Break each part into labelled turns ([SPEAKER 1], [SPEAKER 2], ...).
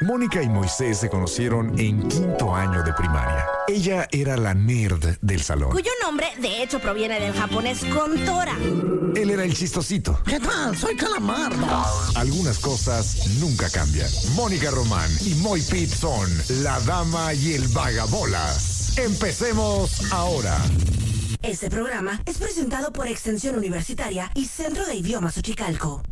[SPEAKER 1] Mónica y Moisés se conocieron en quinto año de primaria. Ella era la nerd del salón.
[SPEAKER 2] cuyo nombre de hecho proviene del japonés Contora.
[SPEAKER 1] Él era el chistosito.
[SPEAKER 3] ¿Qué tal? Soy Calamardo.
[SPEAKER 1] Algunas cosas nunca cambian. Mónica Román y Moy Pitt son la dama y el vagabolas. Empecemos ahora.
[SPEAKER 2] Este programa es presentado por Extensión Universitaria y Centro de Idiomas Uchicalco.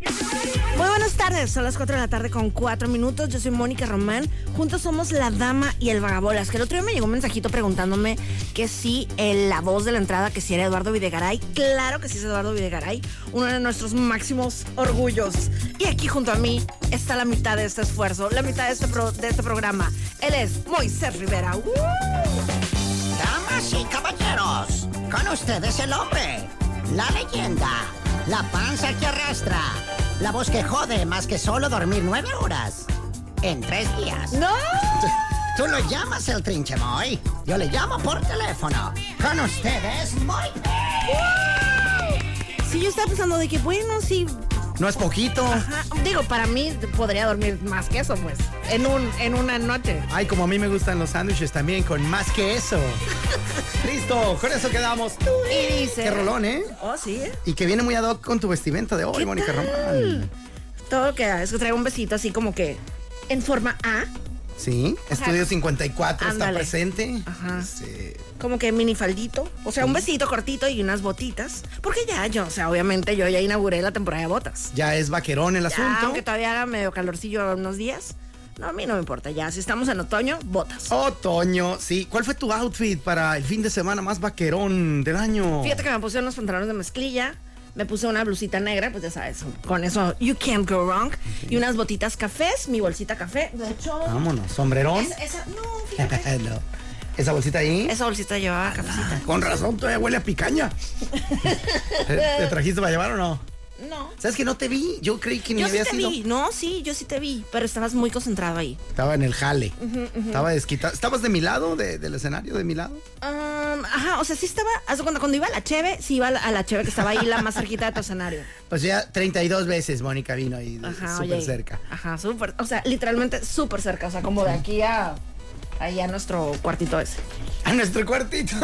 [SPEAKER 2] Muy buenas tardes, son las 4 de la tarde con 4 minutos. Yo soy Mónica Román. Juntos somos la dama y el vagabolas. Que el otro día me llegó un mensajito preguntándome que si eh, la voz de la entrada, que si era Eduardo Videgaray. Claro que sí es Eduardo Videgaray, uno de nuestros máximos orgullos. Y aquí junto a mí está la mitad de este esfuerzo, la mitad de este, pro- de este programa. Él es Moisés Rivera. ¡Uh!
[SPEAKER 3] Damas y caballeros, con ustedes el hombre, la leyenda, la panza que arrastra, la voz que jode más que solo dormir nueve horas en tres días.
[SPEAKER 2] ¡No!
[SPEAKER 3] Tú lo llamas el trinchemoy, yo le llamo por teléfono. Con ustedes, Moy.
[SPEAKER 2] Sí, yo estaba pensando de que, bueno, sí,
[SPEAKER 4] No es poquito.
[SPEAKER 2] Ajá, Digo, para mí podría dormir más que eso, pues. En un, en una noche.
[SPEAKER 4] Ay, como a mí me gustan los sándwiches también, con más que eso. Listo, con eso quedamos.
[SPEAKER 2] Y dice.
[SPEAKER 4] Qué rolón, ¿eh?
[SPEAKER 2] Oh, sí, ¿eh?
[SPEAKER 4] Y que viene muy ad hoc con tu vestimenta de hoy,
[SPEAKER 2] ¿Qué
[SPEAKER 4] Mónica
[SPEAKER 2] tal?
[SPEAKER 4] Román.
[SPEAKER 2] Todo queda. Es que traigo un besito así como que. En forma A,
[SPEAKER 4] Sí, Estudio 54
[SPEAKER 2] Ándale.
[SPEAKER 4] está presente.
[SPEAKER 2] Ajá.
[SPEAKER 4] Sí.
[SPEAKER 2] como que mini faldito. O sea, un besito cortito y unas botitas. Porque ya yo, o sea, obviamente yo ya inauguré la temporada de botas.
[SPEAKER 4] Ya es vaquerón el
[SPEAKER 2] Ya,
[SPEAKER 4] asunto.
[SPEAKER 2] aunque todavía haga medio calorcillo unos días. No, a mí no me importa. Ya, si estamos en otoño, botas.
[SPEAKER 4] Otoño, sí. ¿Cuál fue tu outfit para el fin de semana más vaquerón del año?
[SPEAKER 2] Fíjate que me puse unos pantalones de mezclilla, me puse una blusita negra, pues ya sabes, con eso you can't go wrong. Y unas botitas cafés, mi bolsita café. De hecho,
[SPEAKER 4] Vámonos, sombrerón.
[SPEAKER 2] esa, esa- no, fíjate.
[SPEAKER 4] No. Esa bolsita ahí.
[SPEAKER 2] Esa bolsita
[SPEAKER 4] Ah,
[SPEAKER 2] llevaba cafecita.
[SPEAKER 4] Con razón, todavía huele a picaña. ¿Te, te trajiste para llevar o no?
[SPEAKER 2] No.
[SPEAKER 4] ¿Sabes que no te vi? Yo creí que ni
[SPEAKER 2] Yo sí
[SPEAKER 4] había
[SPEAKER 2] te
[SPEAKER 4] sido.
[SPEAKER 2] vi, no, sí, yo sí te vi, pero estabas muy concentrado ahí.
[SPEAKER 4] Estaba en el jale. Estaba desquitado. ¿Estabas de mi lado, de- del escenario, de mi lado?
[SPEAKER 2] Um, ajá, o sea, sí estaba, hasta cuando, cuando iba a la Cheve, sí iba a la, a la Cheve que estaba ahí la más cerquita de tu escenario.
[SPEAKER 4] Pues ya 32 veces Mónica vino ahí, de-
[SPEAKER 2] Ajá,
[SPEAKER 4] súper
[SPEAKER 2] oye,
[SPEAKER 4] cerca.
[SPEAKER 2] Ajá, súper, o sea, literalmente súper cerca, o sea, como de aquí a, ahí a nuestro cuartito ese.
[SPEAKER 4] A nuestro cuartito.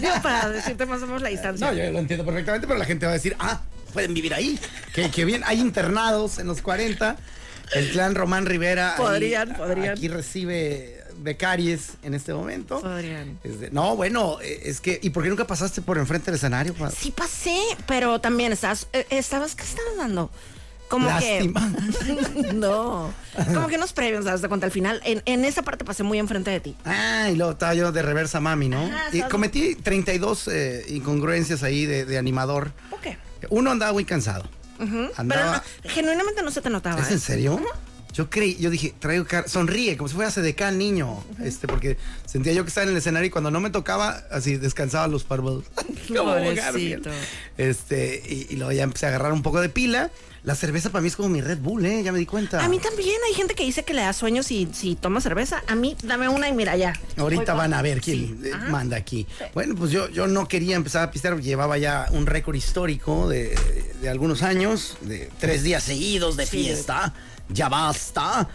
[SPEAKER 2] Digo, para decirte más o menos la distancia.
[SPEAKER 4] no, yo lo entiendo perfectamente, pero la gente va a decir, ah, pueden vivir ahí. Que, que bien, hay internados en los 40. El clan Román Rivera. ahí,
[SPEAKER 2] Podrían, podrían.
[SPEAKER 4] Aquí recibe becaries en este momento.
[SPEAKER 2] Podrían.
[SPEAKER 4] Este, no, bueno, eh, es que. ¿Y por qué nunca pasaste por enfrente del escenario? pa-
[SPEAKER 2] Sí pasé, pero también estabas, eh, estabas, ¿qué estabas dando? Como
[SPEAKER 4] Lástima.
[SPEAKER 2] que. no. Como que unos previos, ¿sabes? De cuenta al final. En, en esa parte pasé muy enfrente de ti.
[SPEAKER 4] Ah, y luego estaba yo de reversa mami, ¿no?
[SPEAKER 2] Ajá,
[SPEAKER 4] y
[SPEAKER 2] estás-
[SPEAKER 4] cometí 32 eh, incongruencias ahí de, de animador.
[SPEAKER 2] ¿Por qué?
[SPEAKER 4] Uno andaba muy cansado.
[SPEAKER 2] Ujú.
[SPEAKER 4] Andaba.
[SPEAKER 2] Pero no, genuinamente no se te notaba.
[SPEAKER 4] ¿Es
[SPEAKER 2] ¿eh?
[SPEAKER 4] en serio? Yo creí, yo dije, traigo cara, sonríe, como si fuera CDK el niño. Este, porque sentía yo que estaba en el escenario y cuando no me tocaba, así descansaba los párpados. Como
[SPEAKER 2] Pobrecito.
[SPEAKER 4] Garfield. Este, y, y luego ya empecé a agarrar un poco de pila. La cerveza para mí es como mi Red Bull, ¿eh? Ya me di cuenta.
[SPEAKER 2] A mí también hay gente que dice que le da sueño si, si toma cerveza. A mí, dame una y mira ya.
[SPEAKER 4] Ahorita van a ver quién
[SPEAKER 2] Sí. Ah,
[SPEAKER 4] eh,
[SPEAKER 2] Ajá.
[SPEAKER 4] manda aquí. Bueno, pues yo, yo no quería empezar a pistear, porque llevaba ya un récord histórico de, de algunos años, de tres días seguidos de
[SPEAKER 2] Sí.
[SPEAKER 4] fiesta, ya basta.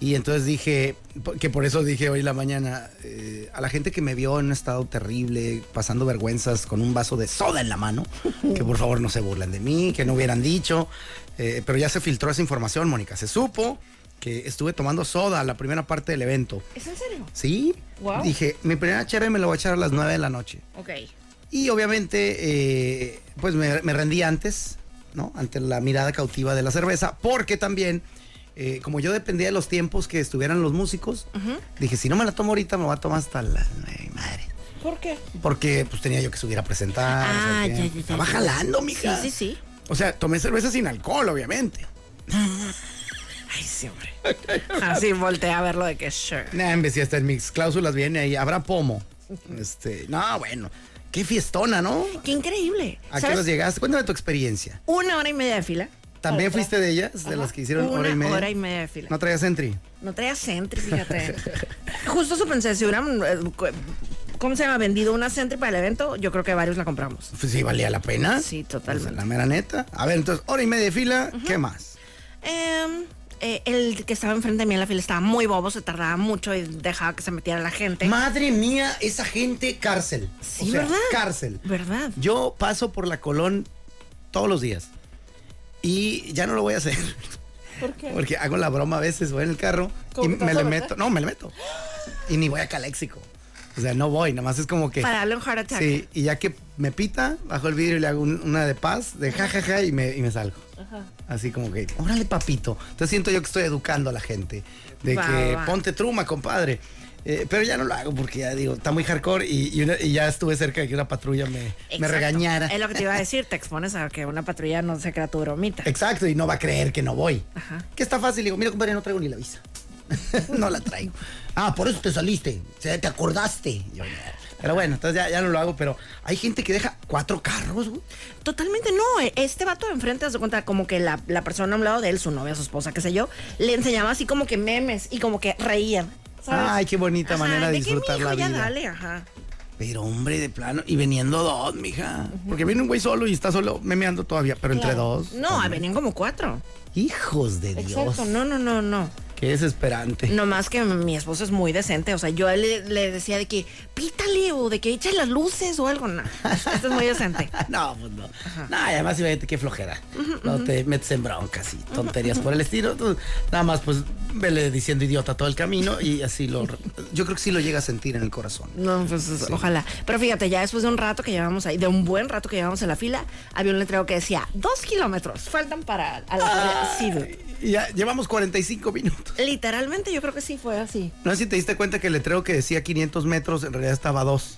[SPEAKER 4] Y entonces dije, que por eso dije hoy en la mañana, eh, a la gente que me vio en un estado terrible, pasando vergüenzas con un vaso de soda en la mano, que por favor no se burlan de mí, que no hubieran dicho, eh, pero ya se filtró esa información, Mónica, se supo que estuve tomando soda la primera parte del evento.
[SPEAKER 2] ¿Es en serio?
[SPEAKER 4] Sí.
[SPEAKER 2] Wow.
[SPEAKER 4] Dije, mi primera cheve me la voy a echar a las 9 de la noche.
[SPEAKER 2] Ok.
[SPEAKER 4] Y obviamente, eh, pues me, me rendí antes, ¿no? Ante la mirada cautiva de la cerveza, porque también, eh, como yo dependía de los tiempos que estuvieran los músicos, dije, si no me la tomo ahorita, me la voy a tomar hasta las 9, madre.
[SPEAKER 2] ¿Por qué?
[SPEAKER 4] Porque pues tenía yo que subir a presentar. o sea,
[SPEAKER 2] Ah,
[SPEAKER 4] que
[SPEAKER 2] ya, ya, ya.
[SPEAKER 4] Estaba jalando, mija.
[SPEAKER 2] Sí, sí, sí.
[SPEAKER 4] O sea, tomé cerveza sin alcohol, obviamente.
[SPEAKER 2] Ay, siempre. Así volteé a verlo de que sure.
[SPEAKER 4] Nah, hombre, si hasta en mis cláusulas viene ahí, habrá pomo. Este, no, bueno, qué fiestona, ¿no?
[SPEAKER 2] Qué increíble.
[SPEAKER 4] ¿A qué
[SPEAKER 2] ¿Sabes?
[SPEAKER 4] horas llegaste? Cuéntame tu experiencia.
[SPEAKER 2] Una hora y media de fila.
[SPEAKER 4] ¿También
[SPEAKER 2] Otra.
[SPEAKER 4] fuiste de ellas? De
[SPEAKER 2] Ajá.
[SPEAKER 4] las que hicieron
[SPEAKER 2] Una
[SPEAKER 4] hora y media.
[SPEAKER 2] hora y media de fila.
[SPEAKER 4] ¿No traías entry?
[SPEAKER 2] No traía Sentry, fíjate. Justo eso pensé, si hubieran, eh, cu- ¿cómo se llama? Vendido una Sentry para el evento, yo creo que varios la compramos.
[SPEAKER 4] Pues sí, valía la pena.
[SPEAKER 2] Sí, totalmente.
[SPEAKER 4] Pues, la mera neta. A ver, entonces, hora y media de fila, ¿qué más?
[SPEAKER 2] Em, eh, el que estaba enfrente de mí en la fila estaba muy bobo, se tardaba mucho y dejaba que se metiera la gente.
[SPEAKER 4] Madre mía, esa gente cárcel.
[SPEAKER 2] Sí,
[SPEAKER 4] O sea,
[SPEAKER 2] ¿verdad?
[SPEAKER 4] Cárcel.
[SPEAKER 2] ¿Verdad?
[SPEAKER 4] Yo paso por la Colón todos los días. Y ya no lo voy a hacer.
[SPEAKER 2] ¿Por qué?
[SPEAKER 4] Porque hago la broma a veces, voy en el carro
[SPEAKER 2] ¿Cómo
[SPEAKER 4] y
[SPEAKER 2] te
[SPEAKER 4] me
[SPEAKER 2] vas a
[SPEAKER 4] le
[SPEAKER 2] meter?
[SPEAKER 4] meto. No, me le meto. Y ni voy a Caléxico. O sea, no voy, nada más es como que.
[SPEAKER 2] Para darle un heart attack.
[SPEAKER 4] Sí, y ya que me pita, bajo el vidrio y le hago un- una de paz, de jajaja, y, me, y me salgo. Así como que, órale, papito. Entonces siento yo que estoy educando a la gente. De
[SPEAKER 2] Va,
[SPEAKER 4] que
[SPEAKER 2] va.
[SPEAKER 4] ponte truma, compadre. Eh, pero ya no lo hago porque ya digo, está muy hardcore y, y una- y ya estuve cerca de que una patrulla me, me
[SPEAKER 2] Exacto.
[SPEAKER 4] regañara.
[SPEAKER 2] Es lo que te iba a decir, te expones a que una patrulla no se crea tu bromita.
[SPEAKER 4] Exacto, y no va a creer que no voy.
[SPEAKER 2] Ajá.
[SPEAKER 4] Que está fácil, digo, mira, compadre, no traigo ni la visa. no la traigo. Ah, por eso te saliste. O sea, te acordaste. Yo, "Ya". pero bueno, entonces ya, ya no lo hago, pero hay gente que deja cuatro carros, güey.
[SPEAKER 2] Totalmente no. eh, Este vato de enfrente, haz de cuenta, como que la, la persona a un lado de él, su novia, su esposa, qué sé yo, le enseñaba así como que memes y como que reían. ¿sabes?
[SPEAKER 4] Ay, qué bonita
[SPEAKER 2] Ajá,
[SPEAKER 4] manera de
[SPEAKER 2] que,
[SPEAKER 4] disfrutar
[SPEAKER 2] "Mijo,
[SPEAKER 4] la
[SPEAKER 2] ya
[SPEAKER 4] vida".
[SPEAKER 2] dale, ajá.
[SPEAKER 4] Pero hombre, de plano. Y veniendo dos, mija. Porque viene un güey solo y está solo memeando todavía, pero entre dos.
[SPEAKER 2] No, ah, venían como cuatro.
[SPEAKER 4] Hijos de Dios.
[SPEAKER 2] Exacto, no, no, no, no.
[SPEAKER 4] Qué desesperante.
[SPEAKER 2] No más que mi esposo es muy decente. O sea, yo le, le decía de que pítale o de que echa las luces o algo. No, este es muy decente.
[SPEAKER 4] No, pues no. No, y además imagínate qué flojera. no te metes en broncas y tonterías por el estilo. Tú nada más, pues, vele diciendo idiota todo el camino y así lo. Yo creo que sí lo llega a sentir en el corazón.
[SPEAKER 2] No, pues es- ojalá. Pero fíjate, ya después de un rato que llevamos ahí, de un buen rato que llevamos en la fila, había un letrero que decía, dos kilómetros faltan para a la feria". Sí, dude.
[SPEAKER 4] Y ya llevamos 45 minutos.
[SPEAKER 2] Literalmente yo creo que sí fue así.
[SPEAKER 4] No sé si te diste cuenta que el letrero que decía 500 metros en realidad estaba a 2.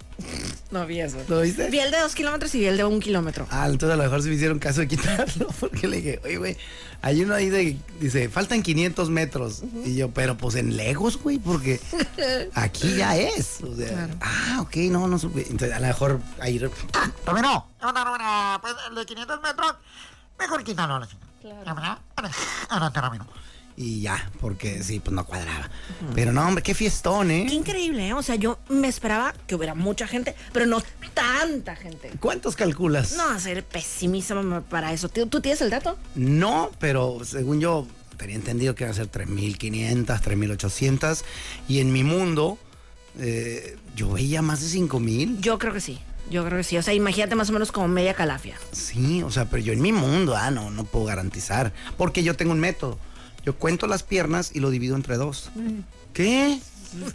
[SPEAKER 2] No vi eso.
[SPEAKER 4] ¿Lo viste?
[SPEAKER 2] Vi el de dos kilómetros y vi el de un kilómetro.
[SPEAKER 4] Ah, entonces a lo mejor se me hicieron caso de quitarlo porque le dije, oye, güey, hay uno ahí de, dice, faltan 500 metros. Y yo, pero pues en Legos, güey, porque aquí ya es. O sea, Ah, ok, no, no supe. Entonces a lo mejor ahí...
[SPEAKER 5] Bueno, no, no, no, pues el de 500 metros, mejor quítalo a la chingada. Ahora, ahora, Adelante, Ramiro.
[SPEAKER 4] Y ya, porque sí, pues no cuadraba. Pero no, hombre, qué fiestón,
[SPEAKER 2] Qué
[SPEAKER 4] ¿eh?
[SPEAKER 2] increíble, ¿eh? O sea, yo me esperaba que hubiera mucha gente, pero no tanta gente.
[SPEAKER 4] ¿Cuántos calculas?
[SPEAKER 2] No, ser pesimísima para eso. Tío, ¿Tú tienes el dato?
[SPEAKER 4] No, pero según yo tenía entendido que iban a ser 3.500, 3.800. Y en mi mundo, eh, yo veía más de 5.000.
[SPEAKER 2] Yo creo que sí. Yo creo que sí. O sea, imagínate más o menos como media calafia.
[SPEAKER 4] Sí, o sea, pero yo en mi mundo, ah, no, no puedo garantizar. Porque yo tengo un método. Yo cuento las piernas y lo divido entre dos. ¿Qué?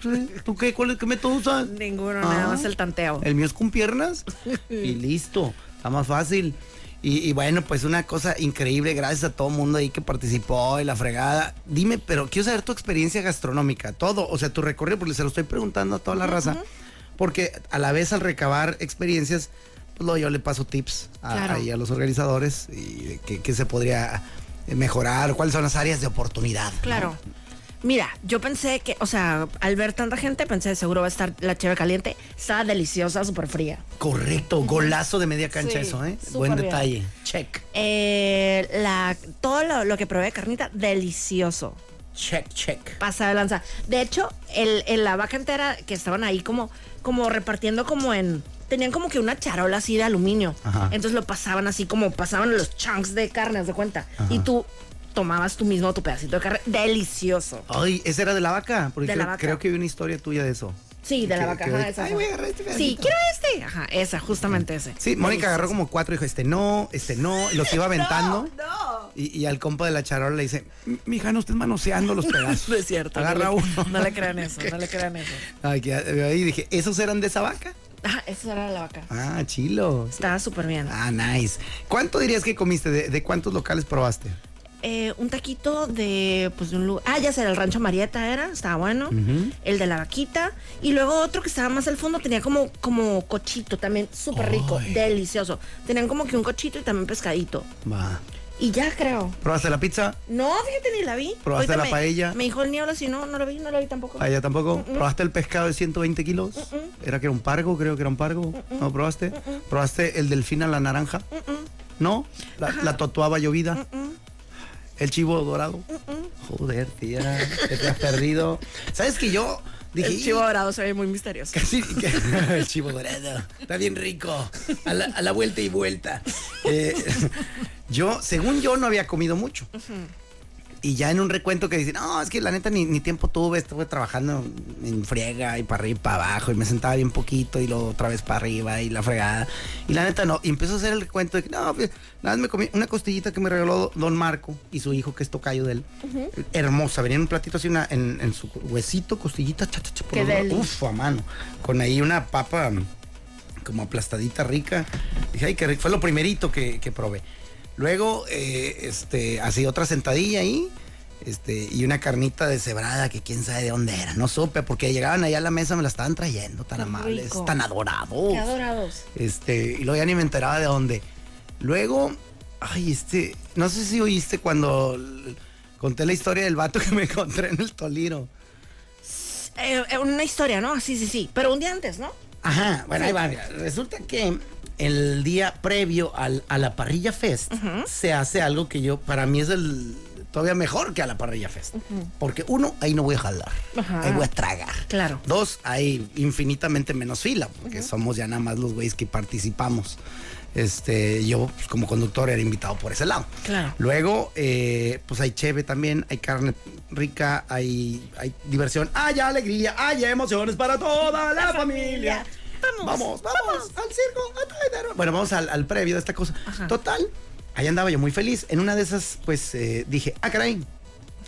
[SPEAKER 4] ¿Tú- ¿Tú qué? ¿Cuál es- ¿Qué método usas? Ah.
[SPEAKER 2] Ninguno, nada más el tanteo.
[SPEAKER 4] El mío es con piernas y listo. Está más fácil. Y, y bueno, pues una cosa increíble, gracias a todo el mundo ahí que participó y la fregada. Dime, pero quiero saber tu experiencia gastronómica, todo, o sea, tu recorrido, porque se lo estoy preguntando a toda la raza, porque a la vez al recabar experiencias, pues luego yo le paso tips a,
[SPEAKER 2] Claro.
[SPEAKER 4] ahí a los organizadores y de qué qué se podría mejorar, cuáles son las áreas de oportunidad. ¿no?
[SPEAKER 2] Claro. Mira, yo pensé que, o sea, al ver tanta gente, pensé seguro va a estar la cheve caliente. Estaba deliciosa, súper fría.
[SPEAKER 4] Correcto, golazo de media cancha
[SPEAKER 2] Sí,
[SPEAKER 4] eso, ¿eh?
[SPEAKER 2] súper
[SPEAKER 4] Buen
[SPEAKER 2] bien.
[SPEAKER 4] detalle. Check,
[SPEAKER 2] Eh, la, todo lo, lo que probé de carnita, delicioso.
[SPEAKER 4] check, check.
[SPEAKER 2] Pasada de lanza. De hecho, el, el- la vaca entera que estaban ahí como, como repartiendo como en... Tenían como que una charola así de aluminio.
[SPEAKER 4] Ajá.
[SPEAKER 2] Entonces lo pasaban así como pasaban los chunks de carne, haz de cuenta. Y tú tomabas tú mismo tu pedacito de carne. Delicioso.
[SPEAKER 4] Ay, esa era de la vaca, porque
[SPEAKER 2] De
[SPEAKER 4] creo,
[SPEAKER 2] la vaca.
[SPEAKER 4] creo que hay una historia tuya de eso.
[SPEAKER 2] Sí, de la
[SPEAKER 4] Que-
[SPEAKER 2] vaca.
[SPEAKER 4] que-
[SPEAKER 2] ajá, esa,
[SPEAKER 4] Ay,
[SPEAKER 2] ajá.
[SPEAKER 4] voy a agarrar este
[SPEAKER 2] Sí,
[SPEAKER 4] pedacito.
[SPEAKER 2] quiero este. Ajá, esa, justamente ese.
[SPEAKER 4] Sí, Mónica agarró como cuatro y dijo, este no, este no, y los iba aventando. Y, y al compa de la charola le dice, mija, no estés manoseando los pedazos.
[SPEAKER 2] No es cierto.
[SPEAKER 4] Agarra
[SPEAKER 2] no le,
[SPEAKER 4] uno.
[SPEAKER 2] No le crean eso, no le crean eso.
[SPEAKER 4] Ay, que, ahí dije, ¿esos eran de esa vaca?
[SPEAKER 2] Ajá, esa era la vaca.
[SPEAKER 4] Ah, chilo.
[SPEAKER 2] Estaba súper bien.
[SPEAKER 4] Ah, nice. ¿Cuánto dirías que comiste? ¿De, de cuántos locales probaste?
[SPEAKER 2] Eh, un taquito de, pues, de un lugar. Ah, ya sé, el rancho Marieta era, estaba bueno. El de la vaquita. Y luego otro que estaba más al fondo tenía como, como cochito también, súper rico,
[SPEAKER 4] Ay.
[SPEAKER 2] delicioso. Tenían como que un cochito y también pescadito.
[SPEAKER 4] Va.
[SPEAKER 2] Y ya creo.
[SPEAKER 4] ¿Probaste la pizza?
[SPEAKER 2] No, fíjate, ni la vi.
[SPEAKER 4] ¿Probaste
[SPEAKER 2] Ahorita
[SPEAKER 4] la
[SPEAKER 2] me-
[SPEAKER 4] paella?
[SPEAKER 2] Me dijo el niebla, si no, no la vi, no la vi tampoco.
[SPEAKER 4] ¿A ella Ah, tampoco?
[SPEAKER 2] Mm,
[SPEAKER 4] ¿Probaste el pescado de 120 kilos? ¿Era que era un pargo? Creo que era un pargo.
[SPEAKER 2] Mm,
[SPEAKER 4] ¿No probaste? ¿Probaste el delfín a la naranja? ¿No? ¿La, la totuaba llovida?
[SPEAKER 2] Mm,
[SPEAKER 4] ¿El chivo dorado? Joder, tía, que te has perdido. ¿Sabes que yo dije...
[SPEAKER 2] El chivo dorado se ve muy misterioso.
[SPEAKER 4] Sí, que- el chivo dorado. Está bien rico. A la, a la vuelta y vuelta. Eh, yo, según yo, no había comido mucho. y ya en un recuento que dicen, no, es que la neta ni, ni tiempo tuve, estuve trabajando en friega y para arriba y para abajo y me sentaba bien poquito y luego otra vez para arriba y la fregada. Y la neta no, y empiezo a hacer el recuento de que no, pues, nada más me comí una costillita que me regaló don Marco y su hijo que es tocayo de él. Hermosa, venía en un platito así una, en, en su huesito, costillita, cha, cha, cha, por
[SPEAKER 2] Qué
[SPEAKER 4] los lados.
[SPEAKER 2] deli.
[SPEAKER 4] uf, a mano, con ahí una papa como aplastadita rica. Dije, ay, qué rico. Fue lo primerito que, que probé. Luego, eh, este, así otra sentadilla ahí. Este, y una carnita deshebrada que quién sabe de dónde era. No supe, porque llegaban allá a la mesa, me la estaban trayendo, tan
[SPEAKER 2] Qué
[SPEAKER 4] amables,
[SPEAKER 2] rico.
[SPEAKER 4] tan adorados.
[SPEAKER 2] Qué adorados.
[SPEAKER 4] Este, y luego ya ni me enteraba de dónde. Luego, ay, este, no sé si oíste cuando l- conté la historia del vato que me encontré en el Toliro.
[SPEAKER 2] Eh, eh, una historia, ¿no? Sí, sí, sí. Pero un día antes, ¿no?
[SPEAKER 4] Ajá, bueno, ahí va. mira. Resulta que el día previo al- a la Parrilla Fest se hace algo que yo, para mí es el todavía mejor que a la Parrilla Fest. Porque uno, ahí no voy a jalar,
[SPEAKER 2] Ajá.
[SPEAKER 4] ahí voy a tragar.
[SPEAKER 2] Claro.
[SPEAKER 4] Dos, hay infinitamente menos fila, porque somos ya nada más los güeyes que participamos. Este, yo pues, como conductor era invitado por ese lado.
[SPEAKER 2] Claro.
[SPEAKER 4] Luego, eh, pues hay cheve también, hay carne rica, hay, hay diversión, hay alegría, hay emociones para toda la, familia.
[SPEAKER 2] Vamos,
[SPEAKER 4] vamos, vamos, al circo. a Taidero. Bueno, vamos al, al previo de esta cosa.
[SPEAKER 2] Ajá.
[SPEAKER 4] Total, ahí andaba yo muy feliz. En una de esas, pues eh, dije, ah, caray,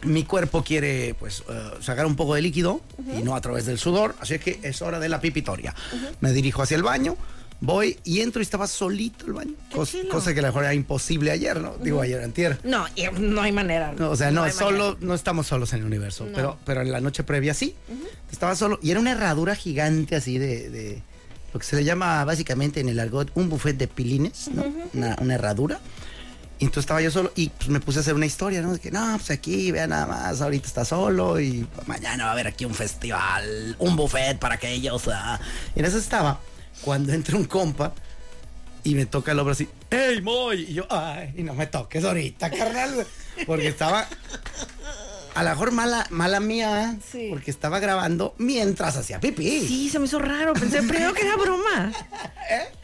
[SPEAKER 4] mi cuerpo quiere pues eh, sacar un poco de líquido y no a través del sudor, así que es hora de la pipitoria. Me dirijo hacia el baño, voy y entro y estaba solito el baño,
[SPEAKER 2] Qué
[SPEAKER 4] cos-
[SPEAKER 2] chilo.
[SPEAKER 4] cosa que a lo mejor era imposible ayer, ¿no? Digo ayer antier.
[SPEAKER 2] No, eh, no hay manera.
[SPEAKER 4] No, o sea, no,
[SPEAKER 2] hay
[SPEAKER 4] solo,
[SPEAKER 2] manera.
[SPEAKER 4] no estamos solos en el universo,
[SPEAKER 2] No.
[SPEAKER 4] pero, pero en la noche previa sí. Estaba solo y era una herradura gigante así de, de lo que se le llama básicamente en el argot un buffet de pilines, ¿no? una, una herradura. Y entonces estaba yo solo y pues, me puse a hacer una historia, ¿no? De que no, pues aquí, vea nada más, ahorita está solo y mañana va a haber aquí un festival, un buffet para aquellos. ah. Y en eso estaba cuando entra un compa y me toca el hombro así, ¡Ey, Moy! Y yo, ¡ay! Y no me toques ahorita, carnal. Porque estaba. A lo mejor mala, mala mía, ¿eh?
[SPEAKER 2] Sí.
[SPEAKER 4] porque estaba grabando mientras hacía pipí.
[SPEAKER 2] Sí, se me hizo raro. Pensé primero que era broma.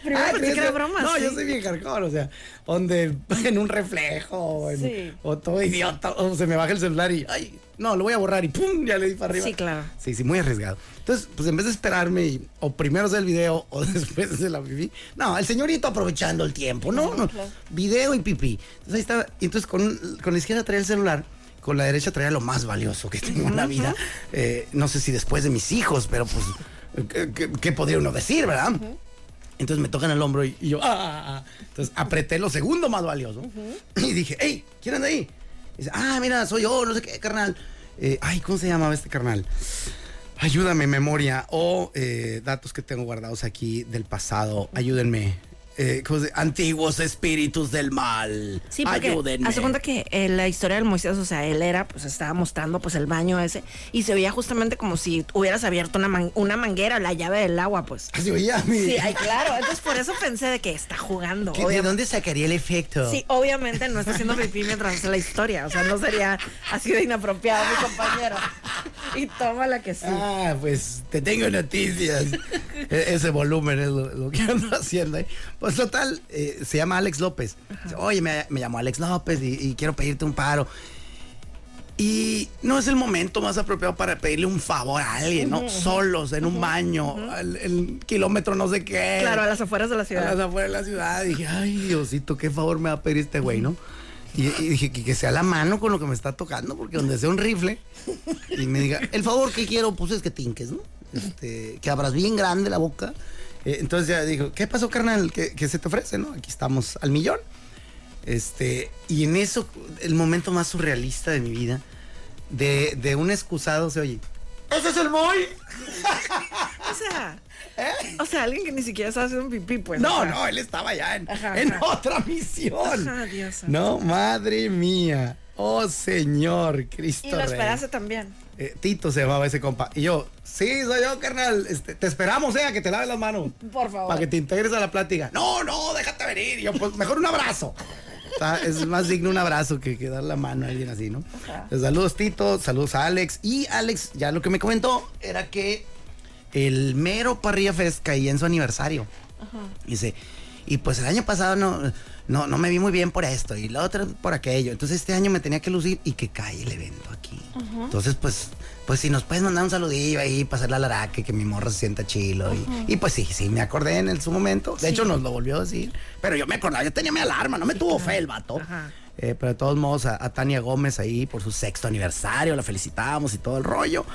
[SPEAKER 2] Primero
[SPEAKER 4] Ah,
[SPEAKER 2] pensé
[SPEAKER 4] yo
[SPEAKER 2] que era
[SPEAKER 4] soy-
[SPEAKER 2] broma.
[SPEAKER 4] No,
[SPEAKER 2] sí.
[SPEAKER 4] yo soy bien hardcore, o sea, donde en un reflejo, en-
[SPEAKER 2] Sí.
[SPEAKER 4] o todo idiota, o se me baja el celular y, ay, no, lo voy a borrar y pum, ya le di para arriba.
[SPEAKER 2] Sí, claro.
[SPEAKER 4] Sí, sí, muy arriesgado. Entonces, pues en vez de esperarme y- o primero hacer el video o después hacer la pipí, no, el señorito aprovechando el tiempo, no, no, video y pipí. Entonces ahí estaba, y entonces con, con la izquierda traía el celular. Con la derecha traía lo más valioso que tengo en la vida. Eh, no sé si después de mis hijos, pero pues, ¿qué, qué- qué podría uno decir, verdad? Entonces me tocan el hombro y, y yo, ah, ah, ah. Entonces apreté lo segundo más valioso. Y dije, hey, ¿quién anda ahí? Y dice, ah, mira, soy yo, no sé qué, carnal. Eh, ay, ¿cómo se llamaba este carnal? Ayúdame, memoria. O eh, datos que tengo guardados aquí del pasado. Ayúdenme. Eh, ¿cómo se- Antiguos espíritus del mal.
[SPEAKER 2] Sí, porque
[SPEAKER 4] Ayúdenme.
[SPEAKER 2] hace cuenta que eh, la historia del Moisés, o sea, él era, pues estaba mostrando pues el baño ese y se veía justamente como si hubieras abierto una, man- una manguera, la llave del agua, pues.
[SPEAKER 4] Así oía mi-
[SPEAKER 2] Sí, ay, claro. Entonces por eso pensé de que está jugando.
[SPEAKER 4] ¿Qué- ¿De
[SPEAKER 2] obviamente.
[SPEAKER 4] dónde sacaría el efecto?
[SPEAKER 2] Sí, obviamente no está haciendo pipí mientras hace la historia. O sea, no sería así de inapropiado, mi compañero. Y toma la que sí.
[SPEAKER 4] Ah, pues te tengo noticias. E- Ese volumen es lo, lo que ando haciendo. ahí. Pues total, eh, se llama Alex López. Dice, Oye, me, me llamó Alex López y, y quiero pedirte un paro. Y no es el momento más apropiado para pedirle un favor a alguien, ¿no? Solos, en un baño, al- el kilómetro no sé qué.
[SPEAKER 2] Claro, a las afueras de la
[SPEAKER 4] eh. A
[SPEAKER 2] ciudad.
[SPEAKER 4] las afueras de la ciudad. Dije, ay, Diosito, qué favor me va a pedir este güey, ¿no? Y, y dije, que, que sea la mano con lo que me está tocando, porque donde sea un rifle. Y me diga, el favor que quiero, pues es que tinques, ¿no? Este, que abras bien grande la boca. Eh, entonces ya dijo, ¿qué pasó, carnal? ¿Qué, qué se te ofrece, no? Aquí estamos al millón. Este, y en eso, el momento más surrealista de mi vida, de, de un excusado se oye.
[SPEAKER 5] ¡Ese es el Moy!
[SPEAKER 2] O sea, o sea, alguien que ni siquiera estaba haciendo pipí, pues. o
[SPEAKER 4] ¿Eh? No,
[SPEAKER 2] sea.
[SPEAKER 4] no, él estaba ya en,
[SPEAKER 2] Ajá,
[SPEAKER 4] en
[SPEAKER 2] ajá.
[SPEAKER 4] otra misión.
[SPEAKER 2] Ajá, Dios santo.
[SPEAKER 4] no, madre mía. Oh, señor Cristo.
[SPEAKER 2] Y lo
[SPEAKER 4] Rey.
[SPEAKER 2] esperaste también.
[SPEAKER 4] Eh, Tito se llamaba ese compa. Y yo, sí, soy yo, carnal. Este, te esperamos, eh, a que te laves las manos.
[SPEAKER 2] Por favor.
[SPEAKER 4] Para que te integres a la plática. No, no, déjate venir. Y yo, pues mejor un abrazo. O sea, es más digno un abrazo que, que dar la mano a alguien así, ¿no? Pues, Saludos, Tito. Saludos a Alex. Y Alex, ya lo que me comentó era que el mero Parrilla Fest caía en su aniversario. Dice, Y pues el año pasado no, no, no me vi muy bien por esto y la otra por aquello. Entonces este año me tenía que lucir y que cae el evento aquí. Entonces, pues, pues si nos puedes mandar un saludillo ahí, pasar la laraque, que mi morra se sienta chilo. y- Y, pues sí, sí, me acordé en el- su momento. De hecho, nos lo volvió a decir. Pero yo me acordaba, yo tenía mi alarma, no me tuvo fe el vato.
[SPEAKER 2] Ajá.
[SPEAKER 4] Eh, pero de todos modos, a, a Tania Gómez ahí por su sexto aniversario, la felicitamos y todo el rollo.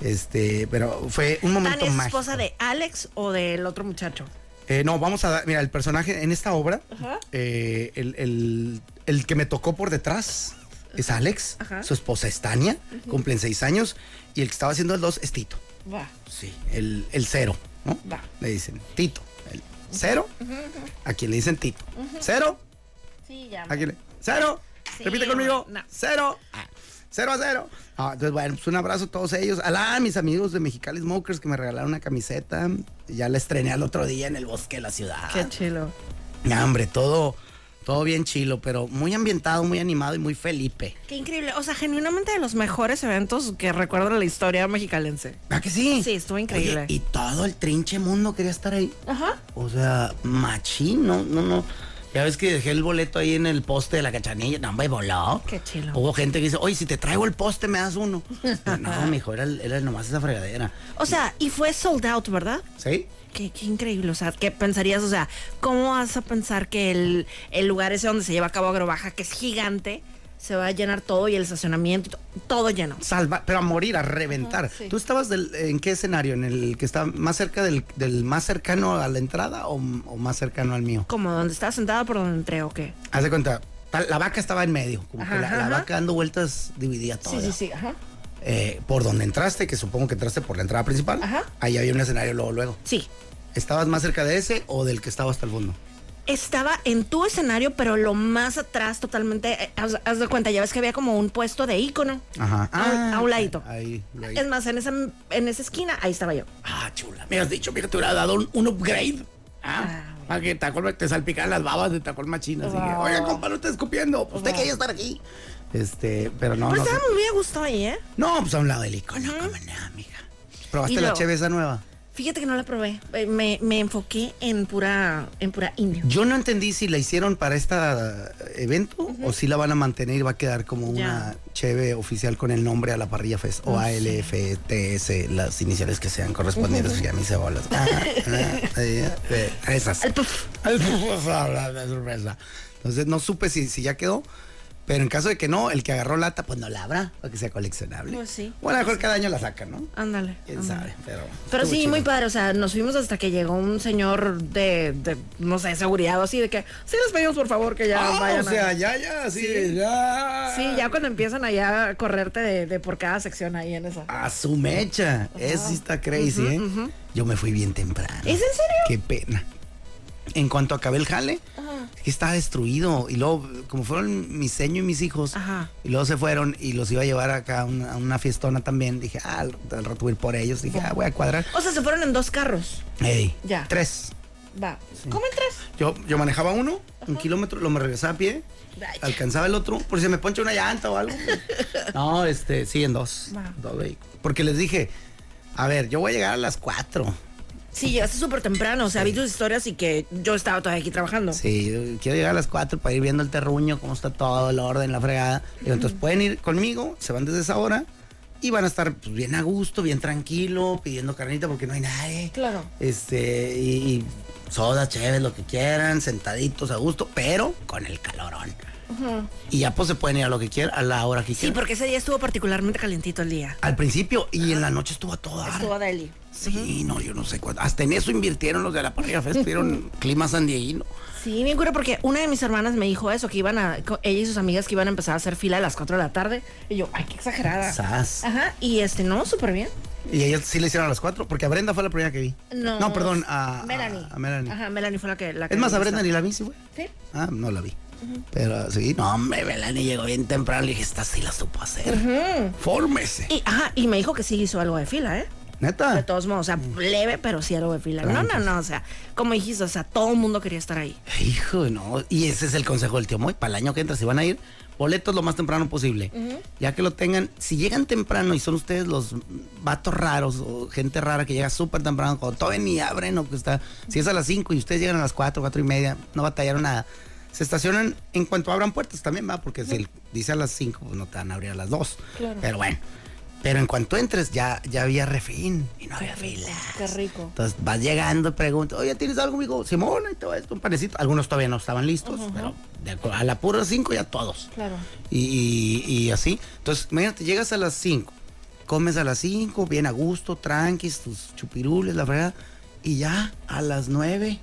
[SPEAKER 4] Este, pero fue un momento
[SPEAKER 2] ¿Tania es
[SPEAKER 4] mágico.
[SPEAKER 2] esposa de Alex o del otro muchacho?
[SPEAKER 4] Eh, no, vamos a dar. Mira, el personaje en esta obra,
[SPEAKER 2] Ajá.
[SPEAKER 4] eh, el, el- el que me tocó por detrás es Alex,
[SPEAKER 2] Ajá.
[SPEAKER 4] su esposa es Tania, cumplen seis años, y el que estaba haciendo el dos es Tito.
[SPEAKER 2] Va.
[SPEAKER 4] Sí. El, el cero, ¿no?
[SPEAKER 2] Va.
[SPEAKER 4] Le dicen Tito. El cero, a quien le dicen Tito. Cero,
[SPEAKER 2] Sí, ya.
[SPEAKER 4] Aquí le- ¡Cero!
[SPEAKER 2] Sí,
[SPEAKER 4] Repite conmigo.
[SPEAKER 2] no.
[SPEAKER 4] ¡Cero! Ah, ¡Cero a cero! Ah, entonces, bueno, pues un abrazo a todos ellos. Alá, mis amigos de Mexicali Smokers que me regalaron una camiseta. Ya la estrené al otro día en el bosque de la ciudad.
[SPEAKER 2] Qué chilo.
[SPEAKER 4] Ya, hombre, todo, todo bien chilo, pero muy ambientado, muy animado y muy Felipe.
[SPEAKER 2] Qué increíble. O sea, genuinamente de los mejores eventos que recuerdo en la historia mexicalense.
[SPEAKER 4] ¿A que sí?
[SPEAKER 2] Sí, estuvo increíble.
[SPEAKER 4] Oye, y todo el trinche mundo quería estar ahí.
[SPEAKER 2] Ajá.
[SPEAKER 4] O sea, machín, no, no, no. Ya ves que dejé el boleto ahí en el poste de la cachanilla. No, hombre, voló.
[SPEAKER 2] Qué chilo.
[SPEAKER 4] Hubo gente que dice, oye, si te traigo el poste, me das uno. no, mijo, era, el- era nomás esa fregadera.
[SPEAKER 2] O sea, y fue sold out, ¿verdad?
[SPEAKER 4] ¿Sí?
[SPEAKER 2] Qué, qué increíble, o sea, ¿qué pensarías? O sea, ¿cómo vas a pensar que el, el lugar ese donde se lleva a cabo Agrobaja, que es gigante, se va a llenar todo y el estacionamiento, y to- todo lleno?
[SPEAKER 4] Salva, pero a morir, a reventar. ¿Tú estabas del- en qué escenario? ¿En el que está más cerca del, del más cercano a la entrada o, o más cercano al mío?
[SPEAKER 2] Como donde estaba sentada por donde entré o qué.
[SPEAKER 4] Haz de cuenta, tal- la vaca estaba en medio, como
[SPEAKER 2] Ajá,
[SPEAKER 4] que la,
[SPEAKER 2] ajá,
[SPEAKER 4] la
[SPEAKER 2] ajá.
[SPEAKER 4] vaca dando vueltas dividía todo. Eh,
[SPEAKER 2] sí, ajá.
[SPEAKER 4] por donde entraste, que supongo que entraste por la entrada principal,
[SPEAKER 2] Ajá.
[SPEAKER 4] ahí había un escenario luego, luego.
[SPEAKER 2] Sí.
[SPEAKER 4] ¿Estabas más cerca de ese o del que estaba hasta el fondo?
[SPEAKER 2] Estaba en tu escenario, pero lo más atrás totalmente, eh, haz, haz de cuenta, ya ves que había como un puesto de ícono.
[SPEAKER 4] Ajá.
[SPEAKER 2] A un- a un ladito.
[SPEAKER 4] Ahí, Ah, ahí.
[SPEAKER 2] Es más, en esa, en esa esquina, ahí estaba yo.
[SPEAKER 4] Ah, chula. Me has dicho, mira, te hubiera dado un, un upgrade. Ah, para que Tacol te salpicaran las babas de Tacol Machina. Así que, oiga, compa, no está escupiendo. Pues usted quería estar aquí. Este, pero no.
[SPEAKER 2] pero
[SPEAKER 4] no, sé.
[SPEAKER 2] estábamos muy a gusto ahí, ¿eh?
[SPEAKER 4] No, pues a un lado del icono, como nada, amiga. ¿Probaste
[SPEAKER 2] Y
[SPEAKER 4] la
[SPEAKER 2] luego-
[SPEAKER 4] cheve esa nueva?
[SPEAKER 2] Fíjate que no la probé. Eh, Me, me enfoqué en pura, en pura indio.
[SPEAKER 4] Yo no entendí si la hicieron para este evento o si la van a mantener y va a quedar como una cheve oficial con el nombre a la parrilla fest o ALFTS, las iniciales que sean correspondientes ya mis cebolas. Ah, ah, eh, eh, Esas.
[SPEAKER 2] Al puff.
[SPEAKER 4] Al puf, habla de sorpresa. Entonces no supe si, si ya quedó. Pero en caso de que no, el que agarró lata, pues no la habrá, para que sea coleccionable.
[SPEAKER 2] Pues sí.
[SPEAKER 4] O a lo mejor cada año la sacan, ¿no?
[SPEAKER 2] Ándale.
[SPEAKER 4] Quién
[SPEAKER 2] ándale.
[SPEAKER 4] sabe, pero.
[SPEAKER 2] Pero
[SPEAKER 4] estuvo
[SPEAKER 2] sí,
[SPEAKER 4] chido.
[SPEAKER 2] muy padre. O sea, nos fuimos hasta que llegó un señor de, de, no sé, seguridad o así, de que, sí, les pedimos por favor que ya
[SPEAKER 4] Ah,
[SPEAKER 2] vayan.
[SPEAKER 4] o
[SPEAKER 2] a-".
[SPEAKER 4] sea, ya, ya, sí, ya.
[SPEAKER 2] Sí, ya cuando empiezan allá a correrte de, de por cada sección ahí en esa.
[SPEAKER 4] A su mecha. Esa sí está crazy, ¿eh? Yo me fui bien temprano.
[SPEAKER 2] ¿Es en serio? Ah.
[SPEAKER 4] Qué pena. En cuanto acabé el jale, es que estaba destruido. Y luego, como fueron mi seño y mis hijos,
[SPEAKER 2] Ajá.
[SPEAKER 4] y luego se fueron y los iba a llevar acá a una, a una fiestona también. Dije, ah, al, al rato voy a ir por ellos. Dije, ah, voy a cuadrar.
[SPEAKER 2] O sea, se fueron en dos carros.
[SPEAKER 4] Ey,
[SPEAKER 2] Ya.
[SPEAKER 4] Tres.
[SPEAKER 2] Va. ¿Cómo en tres?
[SPEAKER 4] Yo, yo manejaba uno, un kilómetro, lo me regresaba a pie.
[SPEAKER 2] Vaya.
[SPEAKER 4] Alcanzaba el otro, por si me poncha una llanta o algo. No, este, sí, en dos.
[SPEAKER 2] Va.
[SPEAKER 4] Dos vehículos. Porque les dije, a ver, yo voy a llegar a las cuatro.
[SPEAKER 2] Sí, llegaste súper temprano. O sea, vi tus historias y que yo estaba todavía aquí trabajando.
[SPEAKER 4] Sí, yo quiero llegar a las cuatro para ir viendo el terruño, cómo está todo, el orden, la fregada. Digo, entonces pueden ir conmigo, se van desde esa hora y van a estar pues, bien a gusto, bien tranquilo, pidiendo carnita porque no hay nadie.
[SPEAKER 2] Claro.
[SPEAKER 4] Este, y, y sodas, chéves, lo que quieran, sentaditos a gusto, pero con el calorón. Y ya pues se pueden ir a lo que quieran, a la hora que
[SPEAKER 2] Sí,
[SPEAKER 4] quieran.
[SPEAKER 2] porque ese día estuvo particularmente calientito el día.
[SPEAKER 4] Al principio y en la noche estuvo a toda.
[SPEAKER 2] Estuvo Deli.
[SPEAKER 4] Sí, no, yo no sé cuánto. Hasta en eso invirtieron los de la parrilla Fest, tuvieron clima sandieguino.
[SPEAKER 2] Sí, bien cura porque una de mis hermanas me dijo eso, que iban a, co- ella y sus amigas que iban a empezar a hacer fila a las 4 de la tarde. Y yo, ay, qué exagerada.
[SPEAKER 4] Sas.
[SPEAKER 2] Ajá, y este, no, súper bien.
[SPEAKER 4] Y ellos sí le hicieron a las cuatro, porque a Brenda fue la primera que vi.
[SPEAKER 2] No,
[SPEAKER 4] perdón, a
[SPEAKER 2] Melanie.
[SPEAKER 4] A, a Melanie.
[SPEAKER 2] Ajá, Melanie fue la que... La que
[SPEAKER 4] Es más, a
[SPEAKER 2] me
[SPEAKER 4] Brenda
[SPEAKER 2] gustó.
[SPEAKER 4] ni la vi, sí, güey.
[SPEAKER 2] Sí.
[SPEAKER 4] Ah, no la vi. Pero sí, no, hombre, Melanie llegó bien temprano. Le dije, esta sí la supo hacer. Fórmese.
[SPEAKER 2] Y, ajá, y me dijo que sí hizo algo de fila, ¿eh? De
[SPEAKER 4] Neta.
[SPEAKER 2] todos modos, o sea, leve, pero sí algo de fila. No, no, no, o sea, como dijiste, o sea, todo el mundo quería estar ahí.
[SPEAKER 4] Hijo, no. Y ese es el consejo del tío Moy. Para el año que entra, si van a ir, boletos lo más temprano posible. Ya que lo tengan, si llegan temprano y son ustedes los vatos raros o gente rara que llega súper temprano, cuando todavía ni abren o que está, si es a las 5 y ustedes llegan a las 4, 4 y media, no batallaron nada. Se estacionan en cuanto abran puertas también, va, porque si dice a las 5, pues no te van a abrir a las 2. Pero bueno. Pero en cuanto entres, ya, ya había refín y no había fila.
[SPEAKER 6] Qué rico.
[SPEAKER 4] Entonces vas llegando, preguntas, oye, ¿tienes algo, amigo? Simón, ahí te va esto, un panecito. Algunos todavía no estaban listos, pero de acu- a la pura 5 ya todos.
[SPEAKER 6] Claro.
[SPEAKER 4] Y, y- y así. Entonces, imagínate, llegas a las 5, comes a las 5, bien a gusto, tranquis, tus chupirules, la verdad. Y ya a las 9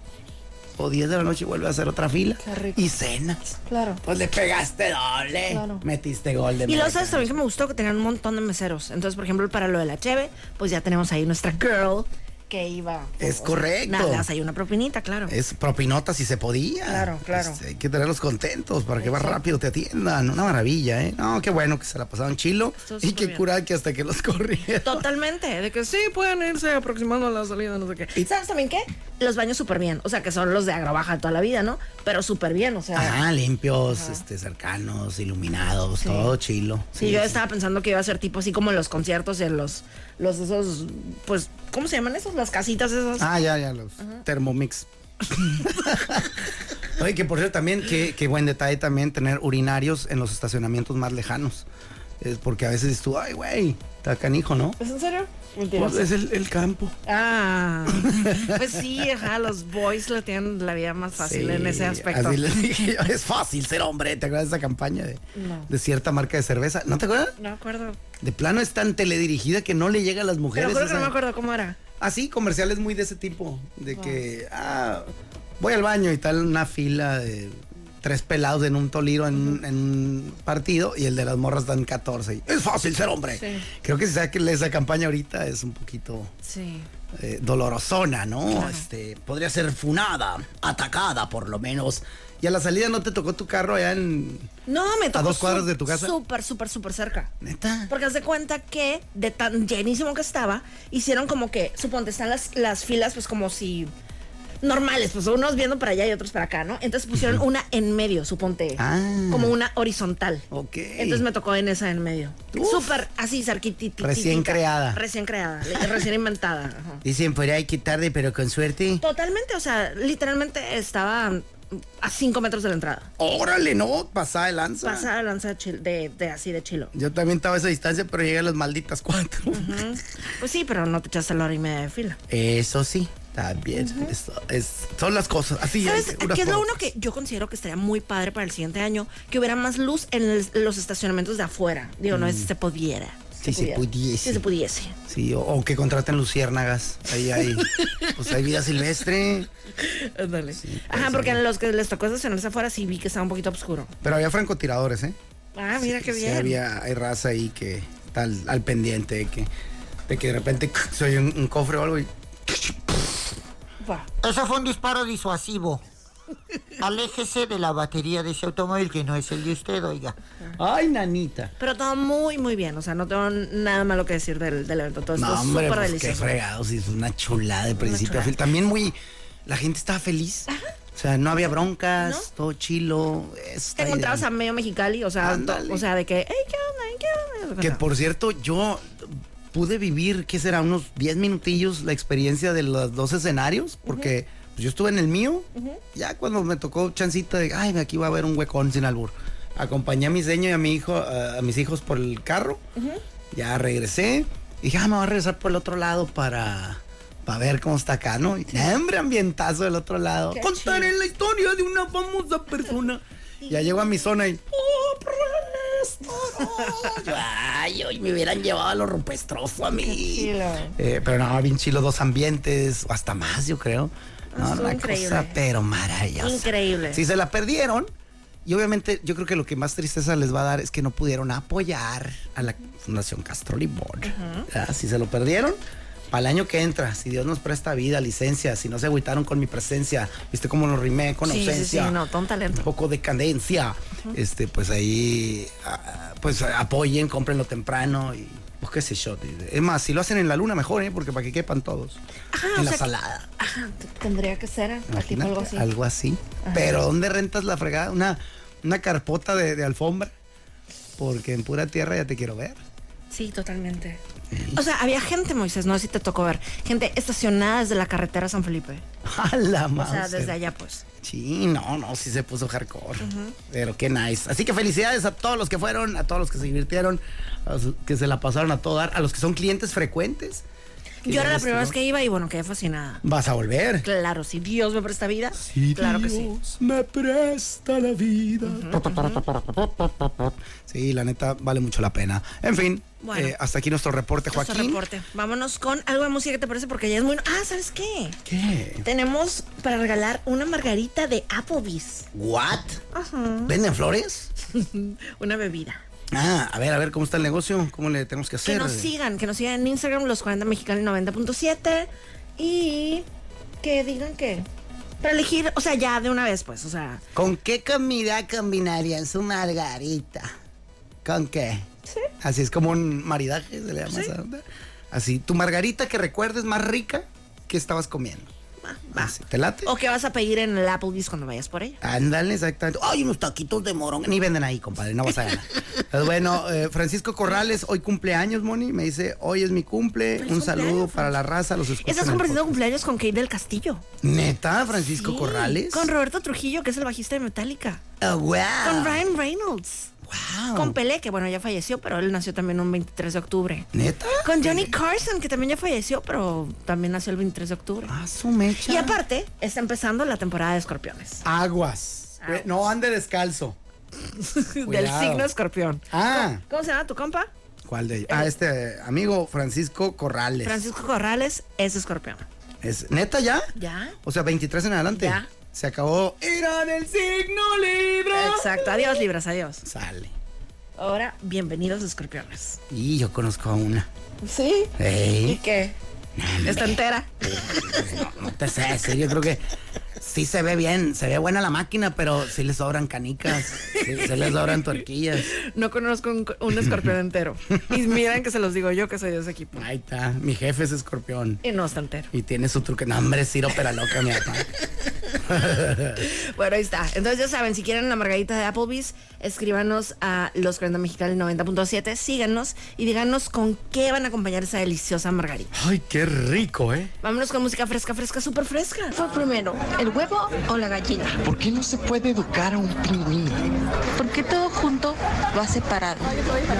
[SPEAKER 4] o 10 de la noche vuelve a hacer otra fila
[SPEAKER 6] Qué rico.
[SPEAKER 4] y cenas.
[SPEAKER 6] Claro.
[SPEAKER 4] Pues le pegaste doble.
[SPEAKER 6] Claro.
[SPEAKER 4] Metiste gol de
[SPEAKER 2] Y lo
[SPEAKER 4] marca.
[SPEAKER 2] sabes, también que me gustó que tenían un montón de meseros. Entonces, por ejemplo, para lo de la Cheve, pues ya tenemos ahí nuestra girl que iba.
[SPEAKER 4] Es
[SPEAKER 2] o sea,
[SPEAKER 4] correcto.
[SPEAKER 2] Nada, hay una propinita, claro.
[SPEAKER 4] Es propinota si se podía.
[SPEAKER 2] Claro, claro.
[SPEAKER 4] Este, hay que tenerlos contentos para que más rápido te atiendan. Una maravilla, ¿eh? No, qué bueno que se la pasaron chilo.
[SPEAKER 2] Estuvo
[SPEAKER 4] Y
[SPEAKER 2] súper
[SPEAKER 4] qué
[SPEAKER 2] bien.
[SPEAKER 4] cura que hasta que los corrieron.
[SPEAKER 2] Totalmente, de que sí pueden irse aproximando a la salida, no sé qué.
[SPEAKER 4] Y-
[SPEAKER 2] ¿Sabes también qué? Los baños súper bien, o sea, que son los de agrobaja de toda la vida, ¿no? Pero súper bien, o sea.
[SPEAKER 4] Ajá, limpios, este, cercanos, iluminados, todo chilo.
[SPEAKER 2] Sí, yo estaba pensando que iba a ser tipo así como en los conciertos, en los, los de esos, pues, ¿cómo se llaman esos? Las casitas esas.
[SPEAKER 4] Ah, ya, ya, los Thermomix. Oye, que por cierto también, qué, qué buen detalle también tener urinarios en los estacionamientos más lejanos. Es porque a veces dices tú, ay, güey, está canijo, ¿no?
[SPEAKER 6] ¿Es en serio?
[SPEAKER 4] Pues es el, el campo.
[SPEAKER 2] Ah, pues sí, ajá, los boys le tienen la vida más fácil
[SPEAKER 4] Sí,
[SPEAKER 2] en ese aspecto.
[SPEAKER 4] así le dije yo, es fácil ser hombre. ¿Te acuerdas de esa campaña de,
[SPEAKER 6] No.
[SPEAKER 4] de cierta marca de cerveza? ¿No te acuerdas?
[SPEAKER 2] No me acuerdo.
[SPEAKER 4] De plano es tan teledirigida que no le llega a las
[SPEAKER 2] Pero
[SPEAKER 4] mujeres.
[SPEAKER 2] juro que no
[SPEAKER 4] esa-
[SPEAKER 2] me acuerdo cómo era.
[SPEAKER 4] Así, comerciales muy de ese tipo. De que, ah, voy al baño y tal, una fila de tres pelados en un toliro en, un- en un partido y el de las morras dan 14. Y, es fácil ser hombre.
[SPEAKER 6] Sí.
[SPEAKER 4] Creo que si saques esa campaña ahorita es un poquito
[SPEAKER 2] Sí.
[SPEAKER 4] eh, dolorosona, ¿no? Este, podría ser funada, atacada por lo menos. Y a la salida no te tocó tu carro allá en...
[SPEAKER 2] No, me tocó.
[SPEAKER 4] dos cuadras
[SPEAKER 2] su-
[SPEAKER 4] de tu casa?
[SPEAKER 2] Súper, súper, súper cerca.
[SPEAKER 4] ¿Neta?
[SPEAKER 2] Porque haz de cuenta que de tan llenísimo que estaba, hicieron como que, suponte, están las, las filas, pues como si normales, pues unos viendo para allá y otros para acá, ¿no? Entonces pusieron una en medio, suponte,
[SPEAKER 4] Ah.
[SPEAKER 2] como una horizontal.
[SPEAKER 4] Ok.
[SPEAKER 2] Entonces me tocó en esa en medio.
[SPEAKER 4] Uf.
[SPEAKER 2] Súper así, cerquitita.
[SPEAKER 4] Recién creada.
[SPEAKER 2] Recién creada, le- recién inventada. ajá.
[SPEAKER 4] Dicen, por ahí que tarde, pero con suerte.
[SPEAKER 2] Totalmente, o sea, literalmente estaba mm, a cinco metros de la entrada.
[SPEAKER 4] Ah. Órale, no, pasada de lanza.
[SPEAKER 2] Pasada la lanza de, chil- de- de así de chilo.
[SPEAKER 4] Yo también estaba a esa distancia, pero llegué a las malditas cuatro.
[SPEAKER 2] Ujú. Pues sí, pero no te echaste la hora y media de fila.
[SPEAKER 4] Eso sí, también. eso es- son las cosas. Así
[SPEAKER 2] ¿Sabes
[SPEAKER 4] unas
[SPEAKER 2] qué es lo
[SPEAKER 4] por
[SPEAKER 2] uno
[SPEAKER 4] otras.
[SPEAKER 2] que yo considero que estaría muy padre para el siguiente año? Que hubiera más luz en el- los estacionamientos de afuera. Digo, no es si se pudiera.
[SPEAKER 4] Si Mm. se pudiese.
[SPEAKER 2] Si se pudiese.
[SPEAKER 4] Sí, o, o que contraten luciérnagas. Ahí hay. pues hay vida silvestre.
[SPEAKER 2] Ajá, porque en los que les tocó estacionarse afuera sí vi que estaba un poquito oscuro.
[SPEAKER 4] Pero había francotiradores, ¿eh?
[SPEAKER 2] Ah, mira
[SPEAKER 4] Sí,
[SPEAKER 2] qué
[SPEAKER 4] sí
[SPEAKER 2] bien.
[SPEAKER 4] había, hay raza ahí que está al, al pendiente de que, de que de repente se oye un, un cofre o algo y
[SPEAKER 2] Va.
[SPEAKER 5] Eso fue un disparo disuasivo. Aléjese de la batería de ese automóvil que no es el de usted, oiga.
[SPEAKER 4] ¡Ay, nanita!
[SPEAKER 2] Pero todo muy, muy bien. O sea, no tengo nada malo que decir del, del evento. Todo
[SPEAKER 4] No,
[SPEAKER 2] esto es
[SPEAKER 4] hombre,
[SPEAKER 2] súper
[SPEAKER 4] pues, qué
[SPEAKER 2] delicioso.
[SPEAKER 4] fregados, es una chulada de principio a
[SPEAKER 2] chulada.
[SPEAKER 4] fin. También muy, la gente estaba feliz. O sea, no había broncas,
[SPEAKER 2] ¿No?
[SPEAKER 4] todo chilo. eso está
[SPEAKER 2] Te encontrabas a
[SPEAKER 4] ideal.
[SPEAKER 2] medio mexicali, o sea,
[SPEAKER 4] Ándale.
[SPEAKER 2] o sea, de que, hey, ¿qué onda? ¿Qué onda?
[SPEAKER 4] Que por cierto, yo pude vivir, ¿qué será? Unos 10 minutillos la experiencia de los dos escenarios, porque pues, yo estuve en el mío, ya cuando me tocó chancita de, ay, aquí va a haber un huecón sin albur. Acompañé a mi seño y a mi hijo, a a mis hijos por el carro, ya regresé, y dije, ah, me voy a regresar por el otro lado para... Para ver cómo está acá, ¿no? Y, hombre, ambientazo del otro lado.
[SPEAKER 2] Qué
[SPEAKER 4] Contaré la historia de una famosa persona. ya llego a mi zona y... ¡Oh, Ernesto, no. Yo, Ay, hoy me hubieran llevado a lo rupestroso a mí.
[SPEAKER 6] chilo.
[SPEAKER 4] Eh, pero no, bien chilo, dos ambientes, o hasta más, yo creo. No,
[SPEAKER 2] Estuvo
[SPEAKER 4] una
[SPEAKER 2] increíble.
[SPEAKER 4] cosa, pero maravillosa.
[SPEAKER 2] Increíble.
[SPEAKER 4] Si se la perdieron, y obviamente yo creo que lo que más tristeza les va a dar es que no pudieron apoyar a la Fundación Castro Limón. Ah, Si se lo perdieron, para el año que entra, si Dios nos presta vida, licencia, si no se agüitaron con mi presencia, viste cómo lo rimé con
[SPEAKER 2] Sí, sí, sí,
[SPEAKER 4] ausencia
[SPEAKER 2] no, todo un talento.
[SPEAKER 4] un poco de cadencia, este, pues ahí, ah, pues apoyen, cómprenlo temprano y pues qué sé yo. Es más, si lo hacen en la luna mejor, ¿eh? Porque para que quepan todos.
[SPEAKER 2] o
[SPEAKER 4] en la
[SPEAKER 2] sea que-
[SPEAKER 4] salada.
[SPEAKER 6] Ajá, t- tendría que ser ah, tipo
[SPEAKER 4] imagínate,
[SPEAKER 6] algo así.
[SPEAKER 4] Pero ¿dónde rentas la fregada? Una, una carpota de, de alfombra. porque en pura tierra ya te quiero ver.
[SPEAKER 2] Sí, totalmente. O sea, había gente, Moisés, no sé si te tocó ver, gente estacionada desde la carretera a San Felipe.
[SPEAKER 4] A la
[SPEAKER 2] O sea,
[SPEAKER 4] madre.
[SPEAKER 2] desde allá, pues.
[SPEAKER 4] Sí, no, no, sí se puso hardcore. Pero qué nice. Así que felicidades a todos los que fueron, a todos los que se divirtieron, a los que se la pasaron a todo dar, a los que son clientes frecuentes. que
[SPEAKER 2] Yo
[SPEAKER 4] ya
[SPEAKER 2] era la
[SPEAKER 4] ves
[SPEAKER 2] primera vez
[SPEAKER 4] no-
[SPEAKER 2] que iba y bueno, quedé fascinada.
[SPEAKER 4] Vas a volver.
[SPEAKER 2] Claro, si Dios me presta vida,
[SPEAKER 4] Si
[SPEAKER 2] claro que sí.
[SPEAKER 4] Dios Me presta la vida. Sí, la neta vale mucho la pena. En fin,
[SPEAKER 2] Bueno.
[SPEAKER 4] eh, hasta aquí nuestro reporte,
[SPEAKER 2] Nuestro
[SPEAKER 4] Joaquín.
[SPEAKER 2] reporte. Vámonos con algo de música que te parece porque ya es muy. Ah, ¿sabes qué?
[SPEAKER 4] ¿Qué?
[SPEAKER 2] Tenemos para regalar una margarita de Applebee's.
[SPEAKER 4] What? ¿Venden flores?
[SPEAKER 2] Una bebida.
[SPEAKER 4] Ah, a ver, a ver cómo está el negocio, cómo le tenemos que hacer.
[SPEAKER 2] Que nos sigan, que nos sigan en Instagram los 40 mexicanos 90.7 y que digan que para elegir, o sea, ya de una vez pues, o sea,
[SPEAKER 4] ¿Con qué comida combinarían su margarita? ¿Con qué? Sí. Así es como un maridaje, se le llama esa onda. Así, tu margarita que recuerdes más rica que estabas comiendo.
[SPEAKER 2] va, va.
[SPEAKER 4] Así, ¿Te late?
[SPEAKER 2] O que vas a pedir en el Applebee's cuando vayas por ella.
[SPEAKER 4] Ándale, exactamente. Ay, unos taquitos de morón. Ni venden ahí, compadre, no vas a ganar. Pues bueno, eh, Francisco Corrales, hoy cumpleaños, Moni. Me dice, hoy es mi cumple. Un
[SPEAKER 2] cumpleaños,
[SPEAKER 4] saludo para la raza, los escucho
[SPEAKER 2] Estás
[SPEAKER 4] Pues en el
[SPEAKER 2] compartiendo
[SPEAKER 4] podcast.
[SPEAKER 2] cumpleaños con Kate del Castillo.
[SPEAKER 4] ¿Neta, Francisco
[SPEAKER 2] Sí,
[SPEAKER 4] Corrales?
[SPEAKER 2] Con Roberto Trujillo, que es el bajista de Metallica.
[SPEAKER 4] Oh, wow.
[SPEAKER 2] Con Ryan Reynolds.
[SPEAKER 4] Wow.
[SPEAKER 2] Con Pelé, que bueno, ya falleció, pero él nació también un 23 de octubre.
[SPEAKER 4] ¿Neta?
[SPEAKER 2] Con Johnny Carson, que también ya falleció, pero también nació el 23 de octubre.
[SPEAKER 4] Ah, su mecha.
[SPEAKER 2] Y aparte, está empezando la temporada de escorpiones.
[SPEAKER 4] Aguas. Eh,
[SPEAKER 2] Aguas.
[SPEAKER 4] No ande descalzo.
[SPEAKER 2] Del
[SPEAKER 4] Cuidado.
[SPEAKER 2] signo escorpión.
[SPEAKER 4] Ah.
[SPEAKER 2] ¿Cómo se llama tu compa?
[SPEAKER 4] ¿Cuál de ellos? Ah, este amigo Francisco Corrales.
[SPEAKER 2] Eh. Francisco Corrales es escorpión.
[SPEAKER 4] ¿Es neta ya?
[SPEAKER 2] ¿Ya?
[SPEAKER 4] O sea, 23 en adelante.
[SPEAKER 2] Ya.
[SPEAKER 4] Se acabó. Irán el signo libre.
[SPEAKER 2] Exacto. Adiós, Libras, adiós.
[SPEAKER 4] Sale.
[SPEAKER 2] Ahora, bienvenidos escorpiones.
[SPEAKER 4] Y yo conozco a una.
[SPEAKER 2] ¿Sí? ¿Y
[SPEAKER 4] Ey,
[SPEAKER 2] qué? Está entera.
[SPEAKER 4] no te sé decir, yo creo que sí se ve bien, se ve buena la máquina, pero sí le sobran canicas, sí, sí le sobran tuerquillas.
[SPEAKER 2] No conozco un, un escorpión entero. Y miren que se los digo yo que soy de ese equipo.
[SPEAKER 4] Ahí está, mi jefe es escorpión
[SPEAKER 2] Y no está entero.
[SPEAKER 4] y tiene su truque. No, hombre, Ciro, pero loca, mi papá.
[SPEAKER 2] Bueno, ahí está. Entonces ya saben, si quieren la margarita de Applebee's, escríbanos a los 40 Mexicali 90.7, síganos y díganos con qué van a acompañar esa deliciosa margarita.
[SPEAKER 4] Ay, qué rico, ¿eh?
[SPEAKER 2] Vámonos con música fresca, fresca, súper fresca.
[SPEAKER 7] fue primero, el huevo o la gallina?
[SPEAKER 8] ¿Por qué no se puede educar a un pingüino?
[SPEAKER 7] Porque todo junto va separado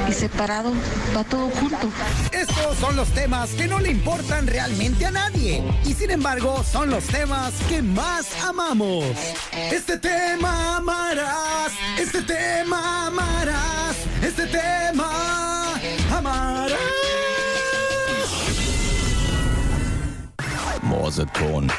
[SPEAKER 7] y separado va todo junto.
[SPEAKER 4] Estos son los temas que no le importan realmente a nadie y sin embargo son los temas que más amamos. Este tema amarás, este tema amarás, este tema amarás.
[SPEAKER 9] Morseton.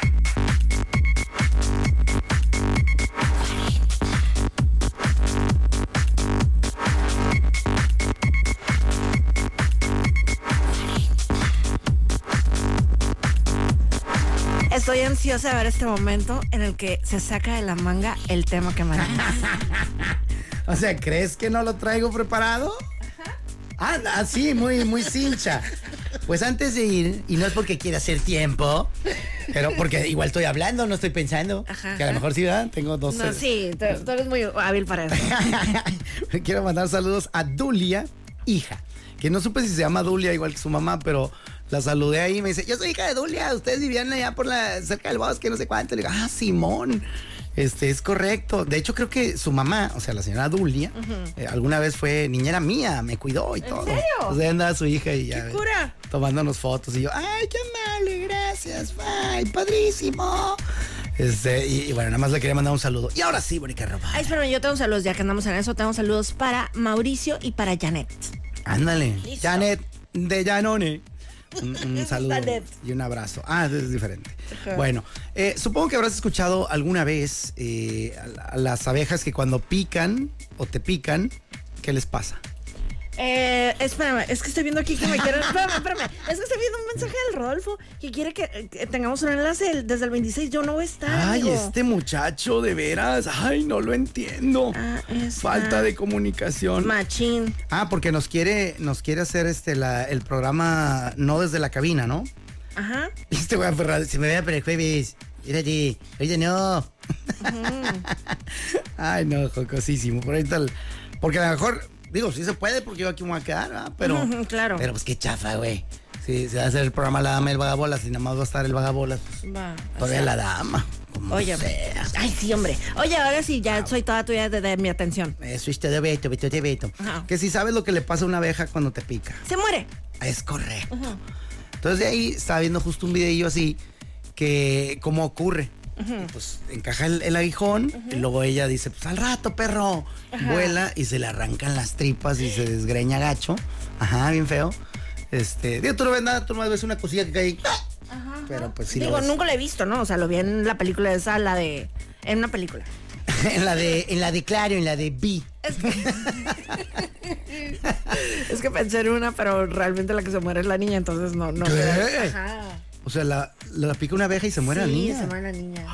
[SPEAKER 2] Estoy ansiosa de ver este momento en el que se saca de la manga el tema que manejas.
[SPEAKER 4] O sea, ¿crees que no lo traigo preparado? Ah, ah, sí, muy, muy cincha. Pues antes de ir, y no es porque quiera hacer tiempo, pero porque igual estoy hablando, no estoy pensando.
[SPEAKER 2] Ajá,
[SPEAKER 4] que a lo
[SPEAKER 2] ajá.
[SPEAKER 4] mejor sí, ¿verdad? Tengo dos.
[SPEAKER 2] No, sí, tú, tú eres muy hábil para eso.
[SPEAKER 4] Quiero mandar saludos a Dulia, hija. Que no supe si se llama Dulia igual que su mamá, pero la saludé ahí y me dice, yo soy hija de Dulia, ustedes vivían allá por la, cerca del bosque, no sé cuánto. Le digo, ah, Simón. Este es correcto. De hecho, creo que su mamá, o sea, la señora Dulia, eh, alguna vez fue niñera mía, me cuidó y todo.
[SPEAKER 2] serio?
[SPEAKER 4] O sea, andaba su hija y ya.
[SPEAKER 2] ¡Qué
[SPEAKER 4] eh,
[SPEAKER 2] cura!
[SPEAKER 4] Tomándonos fotos y yo, ay, qué amable, gracias, bye, padrísimo. Este, y, y bueno, nada más le quería mandar un saludo. Y ahora sí, Mónica Román.
[SPEAKER 2] Ay, espérame, yo tengo saludos, ya que andamos en eso, tengo saludos para Mauricio y para Janet.
[SPEAKER 4] Ándale.
[SPEAKER 2] Listo.
[SPEAKER 4] Janet de Janone. Un, un saludo
[SPEAKER 2] Janet.
[SPEAKER 4] y un abrazo. Ah, es diferente. Bueno, eh, supongo que habrás escuchado alguna vez eh, a, a las abejas que cuando pican o te pican, ¿qué les pasa?
[SPEAKER 2] Eh, espérame, es que estoy viendo aquí que me quieren. Espérame, espérame. Es que estoy viendo un mensaje del Rodolfo que quiere que, eh, que tengamos un enlace el- desde el 26. Yo no voy a estar.
[SPEAKER 4] Ay,
[SPEAKER 2] amigo.
[SPEAKER 4] este muchacho, de veras. Ay, no lo entiendo.
[SPEAKER 2] Ah, es
[SPEAKER 4] Falta
[SPEAKER 2] la-
[SPEAKER 4] de comunicación.
[SPEAKER 2] Machín.
[SPEAKER 4] Ah, porque nos quiere, nos quiere hacer este la- el programa no desde la cabina, ¿no?
[SPEAKER 2] Ajá.
[SPEAKER 4] Y Este güey aferrado, se me vea para el jueves. Mírate, oye, no. Ay, no, jocosísimo. Por ahí tal. Porque a lo mejor Digo, sí se puede porque yo aquí me voy a quedar, ¿verdad? Pero.
[SPEAKER 2] Ujú, claro.
[SPEAKER 4] Pero pues qué chafa, güey. Si se va a hacer el programa La Dama y el Vagabolas y nada más va a estar el Vagabolas, pues,
[SPEAKER 2] Va, o
[SPEAKER 4] todavía
[SPEAKER 2] sea,
[SPEAKER 4] la dama. como
[SPEAKER 2] Oye,
[SPEAKER 4] sea.
[SPEAKER 2] ay sí, hombre. Oye, ahora sí, ya soy toda tuya de, de mi atención.
[SPEAKER 4] Eso es todo, Beto, Beto, Beto, Beto.
[SPEAKER 2] Ajá.
[SPEAKER 4] Que si sabes lo que le pasa a una abeja cuando te pica.
[SPEAKER 2] Se muere.
[SPEAKER 4] Es correcto. Entonces de ahí estaba viendo justo un videillo así que cómo ocurre. Y, Pues encaja el, el aguijón y luego ella dice, pues al rato, perro. Vuela y se le arrancan las tripas y se desgreña gacho. Ajá, bien feo. Este, digo, tú no ves nada, tú nomás ves una cosilla que cae. ahí. Pero pues sí lo
[SPEAKER 2] Digo,
[SPEAKER 4] ves.
[SPEAKER 2] nunca lo he visto, ¿no? O sea, lo vi en la película esa, la de. En una película.
[SPEAKER 4] en la de en la de Claro, en la de B.
[SPEAKER 2] Es que, es que pensé en una, pero realmente la que se muere es la niña, entonces no, no.
[SPEAKER 4] ¿Qué?
[SPEAKER 2] Ajá.
[SPEAKER 4] O sea, la, la pica una abeja y se muere
[SPEAKER 2] sí,
[SPEAKER 4] la niña.
[SPEAKER 2] se muere la niña.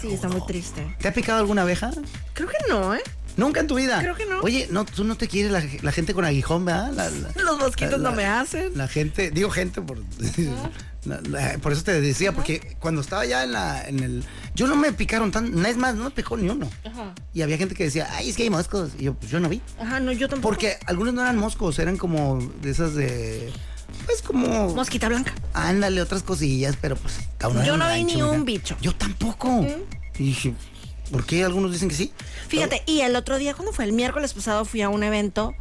[SPEAKER 2] sí, está muy triste.
[SPEAKER 4] ¿Te ha picado alguna abeja?
[SPEAKER 2] Creo que no, ¿eh?
[SPEAKER 4] Nunca en tu vida.
[SPEAKER 2] Creo que no.
[SPEAKER 4] Oye, no, tú no te quieres la, la gente con aguijón, ¿verdad? La- la-
[SPEAKER 2] Los mosquitos no me hacen.
[SPEAKER 4] La gente, digo gente por, la- la- por eso te decía, porque cuando estaba ya en, la, en el... Yo no me picaron tan, no es más, no me picó ni uno. Y había gente que decía, ay, es que hay moscos. Y yo, pues yo no vi.
[SPEAKER 2] Ajá, no, yo tampoco.
[SPEAKER 4] Porque algunos no eran moscos, eran como de esas de... Pues como...
[SPEAKER 2] Mosquita blanca.
[SPEAKER 4] Ándale, otras cosillas, pero pues cada uno
[SPEAKER 2] Yo
[SPEAKER 4] en
[SPEAKER 2] no
[SPEAKER 4] un
[SPEAKER 2] vi
[SPEAKER 4] rancho,
[SPEAKER 2] ni un
[SPEAKER 4] mija.
[SPEAKER 2] bicho.
[SPEAKER 4] Yo tampoco. Y dije, ¿por qué algunos dicen que sí?
[SPEAKER 2] Fíjate, y el otro día, cuando fue el miércoles pasado, fui a un evento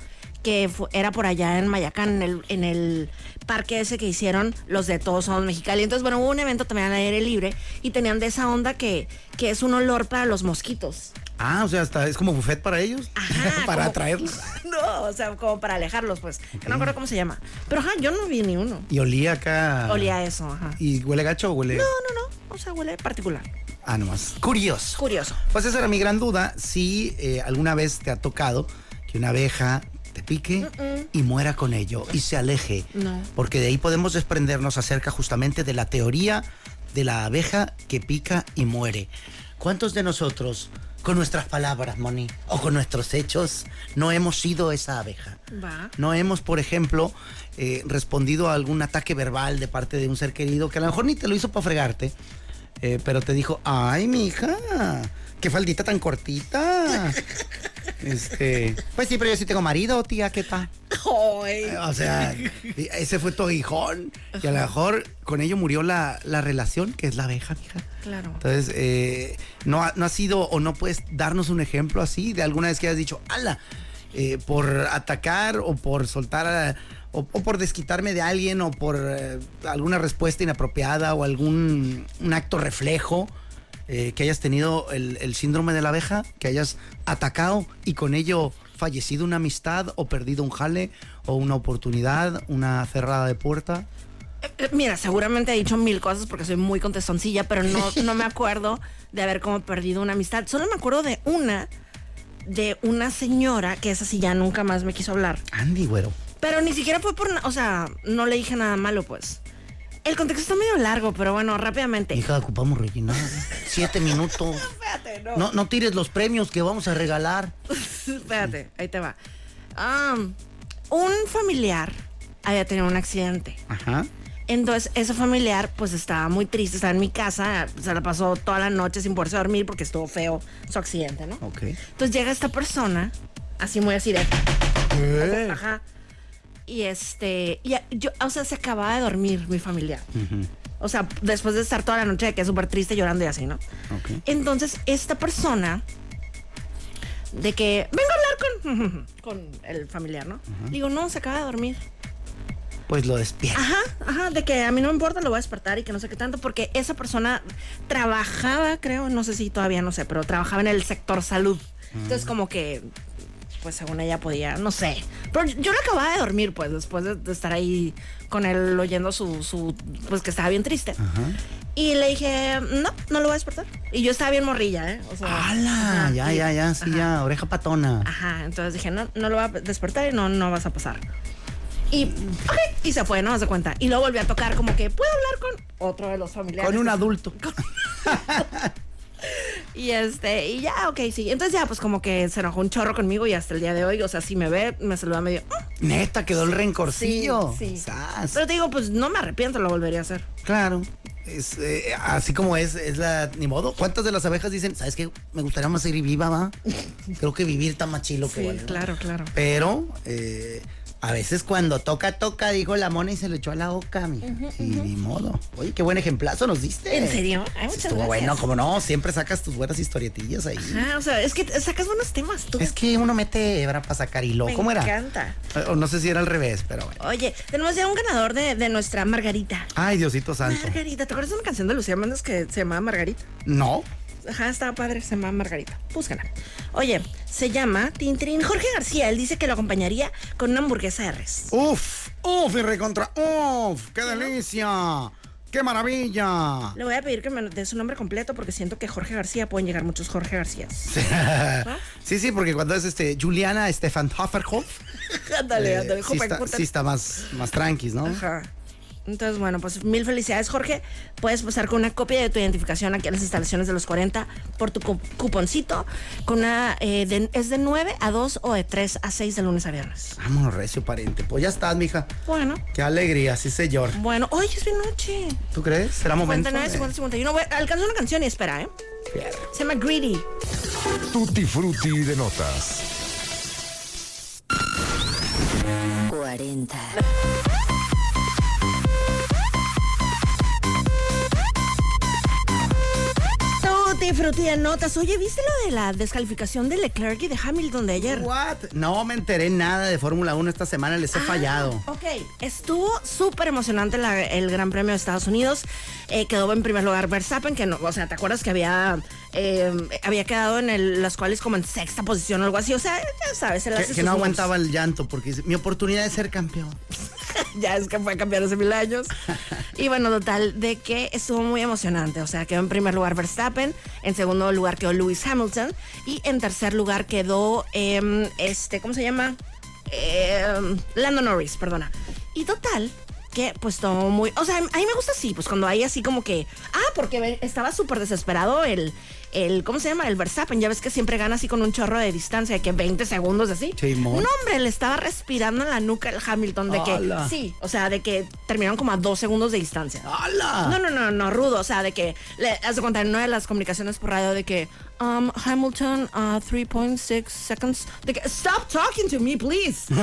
[SPEAKER 2] que fu- era por allá en Mayacán, en el, en el parque ese que hicieron los de Todos Somos Mexicali. Entonces, bueno, hubo un evento también al aire libre y tenían de esa onda que, que es un olor para los mosquitos.
[SPEAKER 4] Ah, o sea, hasta es como buffet para ellos.
[SPEAKER 2] Ajá,
[SPEAKER 4] para
[SPEAKER 2] como-
[SPEAKER 4] atraerlos.
[SPEAKER 2] No, o sea, como para alejarlos, pues. Que No me acuerdo cómo se llama. Pero ajá, yo no vi ni uno.
[SPEAKER 4] Y olía acá.
[SPEAKER 2] Olía a eso, ajá.
[SPEAKER 4] Ah. ¿Y huele gacho o huele.?
[SPEAKER 2] No, no, no. O sea, huele particular.
[SPEAKER 4] Ah, nomás. Curioso.
[SPEAKER 2] Curioso.
[SPEAKER 4] Pues esa era mi gran duda. Si eh, alguna vez te ha tocado que una abeja te pique y muera con ello y se aleje.
[SPEAKER 2] No.
[SPEAKER 4] Porque de ahí podemos desprendernos acerca justamente de la teoría de la abeja que pica y muere. ¿Cuántos de nosotros, con nuestras palabras, Moni, o con nuestros hechos, no hemos sido esa abeja?
[SPEAKER 2] Va.
[SPEAKER 4] No hemos, por ejemplo, eh, respondido a algún ataque verbal de parte de un ser querido que a lo mejor ni te lo hizo para fregarte, eh, pero te dijo, ay, mija, qué faldita tan cortita. este, pues sí, pero yo sí tengo marido, tía, ¿qué tal? Eh, O sea, y ese fue tu aguijón. Y a lo mejor con ello murió la, la relación, que es la abeja, mija.
[SPEAKER 2] Claro.
[SPEAKER 4] Entonces, eh, no, ha, no ha sido o no puedes darnos un ejemplo así de alguna vez que hayas dicho, ala, eh, por atacar o por soltar a- o, o por desquitarme de alguien o por eh, alguna respuesta inapropiada o algún un acto reflejo. eh, que hayas tenido el, el síndrome de la abeja, que hayas atacado y con ello fallecido una amistad o perdido un jale o una oportunidad, una cerrada de puerta.
[SPEAKER 2] Eh, eh, Mira, seguramente he dicho mil cosas porque soy muy contestoncilla, pero no, no me acuerdo de haber como perdido una amistad. Solo me acuerdo de una, de una señora que esa sí ya nunca más me quiso hablar.
[SPEAKER 4] Andy, güero.
[SPEAKER 2] Pero ni siquiera fue por, na- o sea, no le dije nada malo, pues. El contexto está medio largo, pero bueno, rápidamente.
[SPEAKER 4] Hija, ocupamos rellenar. Siete minutos.
[SPEAKER 2] Espérate, no.
[SPEAKER 4] No, no tires los premios que vamos a regalar.
[SPEAKER 2] Espérate, ahí te va. Ah, un familiar había tenido un accidente.
[SPEAKER 4] Ajá.
[SPEAKER 2] Entonces, ese familiar, pues estaba muy triste, estaba en mi casa, se la pasó toda la noche sin poderse dormir porque estuvo feo su accidente, ¿no?
[SPEAKER 4] Ok.
[SPEAKER 2] Entonces llega esta persona, así muy así de. Ajá. Y este. Y a- yo, o sea, se acababa de dormir mi familiar. O sea, después de estar toda la noche de que es súper triste llorando y así, ¿no?
[SPEAKER 4] Ok.
[SPEAKER 2] Entonces, esta persona, de que vengo a hablar con, con el familiar, ¿no? Le Digo, no, se acaba de dormir.
[SPEAKER 4] Pues lo despierta.
[SPEAKER 2] Ajá, ajá, de que a mí no me importa, lo voy a despertar y que no sé qué tanto, porque esa persona trabajaba, creo, no sé si todavía no sé, pero trabajaba en el sector salud. Entonces, como que, pues según ella podía, no sé. Pero yo no acababa de dormir, pues, después de, de estar ahí con él oyendo su, su, pues que estaba bien triste. Y le dije, no, no lo voy a despertar. Y yo estaba bien morrilla, ¿eh? O sea,
[SPEAKER 4] ¡Hala!
[SPEAKER 2] ajá,
[SPEAKER 4] Ah, Ya,
[SPEAKER 2] y-
[SPEAKER 4] ya, ya, sí, ya. Oreja patona.
[SPEAKER 2] Ajá, entonces dije, no, no lo va a despertar y no, no vas a pasar. Y, ok, y se fue, no se cuenta. Y luego volví a tocar como que, ¿puedo hablar con otro de los familiares?
[SPEAKER 4] Con un adulto.
[SPEAKER 2] Y este, y ya, ok, sí. Entonces ya, pues como que se enojó un chorro conmigo y hasta el día de hoy, o sea, si me ve, me saluda medio... "Ah".
[SPEAKER 4] Neta, quedó el rencorcillo.
[SPEAKER 2] sí, sí.
[SPEAKER 4] Sas.
[SPEAKER 2] Pero te digo, pues no me arrepiento, lo volvería a hacer.
[SPEAKER 4] Claro. es, eh, así como es, es la, ni modo. ¿Cuántas de las abejas dicen, sabes qué, me gustaría más seguir viva, va? Creo que vivir está más chilo que
[SPEAKER 2] Sí,
[SPEAKER 4] valer".
[SPEAKER 2] claro, claro.
[SPEAKER 4] Pero eh, a veces cuando toca, toca, dijo la mona y se lo echó a la boca, mija. Sí, ni modo. Oye, qué buen ejemplazo nos diste.
[SPEAKER 2] ¿En serio? Ay, muchas
[SPEAKER 4] Eh, Estuvo
[SPEAKER 2] gracias.
[SPEAKER 4] bueno, como no, siempre sacas tus buenas historietillas ahí.
[SPEAKER 2] Ah, o sea, es que sacas buenos temas tú.
[SPEAKER 4] Es que uno mete hebra para sacar hilo.
[SPEAKER 2] Me
[SPEAKER 4] ¿Cómo era?
[SPEAKER 2] encanta.
[SPEAKER 4] O no sé si era al revés, pero bueno.
[SPEAKER 2] Oye, tenemos ya un ganador de, de nuestra Margarita.
[SPEAKER 4] Ay, Diosito santo.
[SPEAKER 2] Margarita, ¿te acuerdas de una canción de Lucía Méndez que se llamaba Margarita?
[SPEAKER 4] No.
[SPEAKER 2] Ajá, estaba padre, se llama Margarita. Búscala. Oye, se llama Tintrin. Jorge García, él dice que lo acompañaría con una hamburguesa de res.
[SPEAKER 4] Uf, uf y recontra. Uf, qué delicia. Qué maravilla.
[SPEAKER 2] Le voy a pedir que me dé su nombre completo porque siento que Jorge García pueden llegar muchos Jorge García.
[SPEAKER 4] Sí, sí, porque cuando es este Juliana Stefan Hofferhoff,
[SPEAKER 2] ándale,
[SPEAKER 4] eh,
[SPEAKER 2] ándale,
[SPEAKER 4] sí
[SPEAKER 2] joven,
[SPEAKER 4] está,
[SPEAKER 2] júntate.
[SPEAKER 4] sí está más, más tranquis, ¿no?
[SPEAKER 2] Ajá. Entonces, bueno, pues mil felicidades, Jorge. Puedes pasar con una copia de tu identificación aquí a las instalaciones de los 40 por tu cu- cuponcito. Con una, eh, de- es de 9 a 2 o de 3 a 6 de lunes a viernes.
[SPEAKER 4] Vámonos, recio pariente. Pues ya estás, mija.
[SPEAKER 2] Bueno,
[SPEAKER 4] Qué alegría, sí, señor.
[SPEAKER 2] bueno. Oye, es bien noche.
[SPEAKER 4] ¿Tú crees? Será momento.
[SPEAKER 2] 49, 50, 51. Voy- Alcanza una canción y espera, ¿eh? Se llama Greedy.
[SPEAKER 1] Tutti frutti de notas.
[SPEAKER 9] 40.
[SPEAKER 2] Tutti frutti de notas. Oye, ¿viste lo de la descalificación de Leclerc y de Hamilton de ayer? Ah,
[SPEAKER 4] What? No me enteré nada de Fórmula 1 esta semana, les he fallado.
[SPEAKER 2] Ok, estuvo súper emocionante la- el Gran Premio de Estados Unidos. Eh, quedó en primer lugar Verstappen, que no, o sea, ¿te acuerdas que había, eh, había quedado en el- las cuales como en sexta posición o algo así? O sea, ya sabes, se le hace
[SPEAKER 4] Que, que
[SPEAKER 2] sus
[SPEAKER 4] no
[SPEAKER 2] humos.
[SPEAKER 4] aguantaba el llanto porque dice, mi oportunidad de ser campeón.
[SPEAKER 2] ya es que fue campeón hace mil años. Y bueno, total, de que estuvo muy emocionante. O sea, quedó en primer lugar Verstappen, en segundo lugar quedó Lewis Hamilton y en tercer lugar quedó, em, este, ¿cómo se llama? Em, Lando Norris, perdona. Y total, que pues todo muy... O sea, a mí me gusta así, pues cuando hay así como que... Ah, porque ve- estaba súper desesperado el, el... ¿Cómo se llama? El Verstappen. Ya ves que siempre gana así con un chorro de distancia, de que 20 segundos así.
[SPEAKER 4] Simón.
[SPEAKER 2] No, hombre, le estaba respirando en la nuca el Hamilton de que...
[SPEAKER 4] ¡Hala!
[SPEAKER 2] Sí, o sea, de que terminaron como a dos segundos de distancia.
[SPEAKER 4] ¡Hala!
[SPEAKER 2] No, no, no, no, rudo. O sea, de que le has de contar en una de las comunicaciones por radio de que um, Hamilton, uh, 3.6 seconds. De que, stop talking to me, please.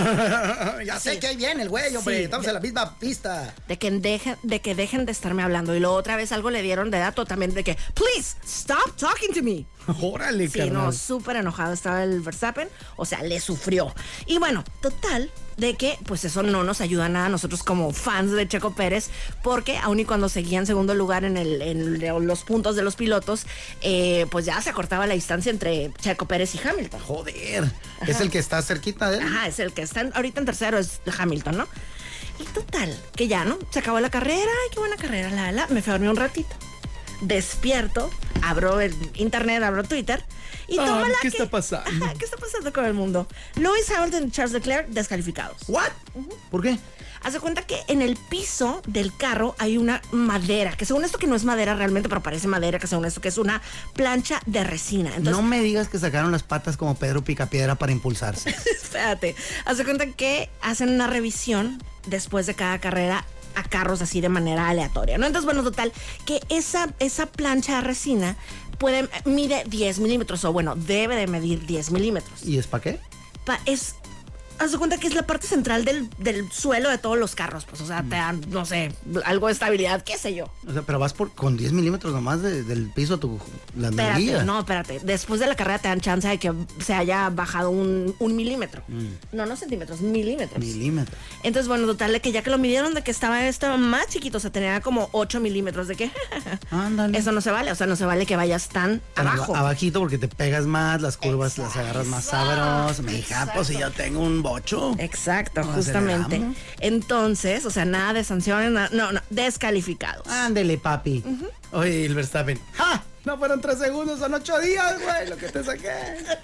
[SPEAKER 4] ya sé que ahí viene el güey, hombre.
[SPEAKER 2] Sí.
[SPEAKER 4] Estamos en la misma pista.
[SPEAKER 2] De que, dejen, de que dejen de estarme hablando. Y luego otra vez algo le dieron de dato también de que, please, stop talking to me.
[SPEAKER 4] Órale,
[SPEAKER 2] Sí,
[SPEAKER 4] carnal.
[SPEAKER 2] no, súper enojado estaba el Verstappen, o sea, le sufrió. Y bueno, total, de que pues eso no nos ayuda nada a nosotros como fans de Checo Pérez, porque aun y cuando seguía en segundo lugar en, el, en los puntos de los pilotos, eh, pues ya se acortaba la distancia entre Checo Pérez y Hamilton.
[SPEAKER 4] Joder. Es el que está cerquita de él.
[SPEAKER 2] Ajá, es el que está en- ahorita en tercero, es Hamilton, ¿no? Y total, que ya, ¿no? Se acabó la carrera, ay, qué buena carrera, la, la. Me fui a dormir un ratito. Despierto, abro el internet, abro Twitter y
[SPEAKER 4] Ah,
[SPEAKER 2] toma la
[SPEAKER 4] ¿qué está pasando?
[SPEAKER 2] Ajá, ¿Qué está pasando con el mundo? Lewis Hamilton y Charles Leclerc descalificados.
[SPEAKER 4] ¿What? ¿Por qué?
[SPEAKER 2] Hace cuenta que en el piso del carro hay una madera, que según esto que no es madera realmente, pero parece madera, que según esto que es una plancha de resina. Entonces,
[SPEAKER 4] no me digas que sacaron las patas como Pedro Picapiedra para impulsarse.
[SPEAKER 2] Espérate. Haz de cuenta que hacen una revisión después de cada carrera a carros así de manera aleatoria, ¿no? Entonces, bueno, total, que esa, esa plancha de resina puede, mide 10 milímetros, o bueno, debe de medir 10 milímetros.
[SPEAKER 4] ¿Y es para qué?
[SPEAKER 2] Pa- es. Haz de cuenta que es la parte central del, del suelo de todos los carros, pues, o sea, te dan, no sé, algo de estabilidad, qué sé yo.
[SPEAKER 4] O sea, pero vas por con 10 milímetros nomás de- del piso a tu la
[SPEAKER 2] Espérate,
[SPEAKER 4] nalguilla.
[SPEAKER 2] no, espérate. Después de la carrera te dan chance de que se haya bajado un, un milímetro. No, no centímetros, milímetros.
[SPEAKER 4] Milímetros.
[SPEAKER 2] Entonces, bueno, total, de que ya que lo midieron, de que estaba, estaba más chiquito, o sea, tenía como 8 milímetros, de que
[SPEAKER 4] Ándale.
[SPEAKER 2] eso no se vale, o sea, no se vale que vayas tan
[SPEAKER 4] Pero
[SPEAKER 2] abajo.
[SPEAKER 4] ab- Abajito porque te pegas más, las curvas las agarras más sabros. Me hija, pues si yo tengo un bocho.
[SPEAKER 2] Exacto,
[SPEAKER 4] No,
[SPEAKER 2] justamente.
[SPEAKER 4] aceleramos.
[SPEAKER 2] Entonces, o sea, nada de sanciones, nada- no, no, descalificados.
[SPEAKER 4] Ándele, papi. Oye, y el Verstappen. ¡Ja! No fueron tres segundos, son ocho días, güey, lo que te saqué.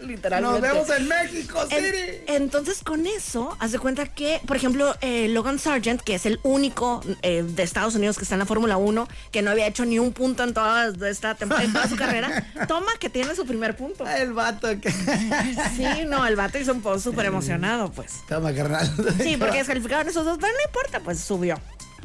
[SPEAKER 2] Literalmente.
[SPEAKER 4] Nos vemos en México,
[SPEAKER 2] En-
[SPEAKER 4] Siri.
[SPEAKER 2] entonces, con eso, haz de cuenta que, por ejemplo, eh, Logan Sargent, que es el único eh, de Estados Unidos que está en la Fórmula 1, que no había hecho ni un punto en toda, esta, temp- en toda su carrera, toma que tiene su primer punto.
[SPEAKER 4] El vato que.
[SPEAKER 2] Sí, no, el vato hizo un post súper emocionado, pues.
[SPEAKER 4] Toma, carnal.
[SPEAKER 2] Sí, porque descalificaron esos dos, pero no importa, pues subió.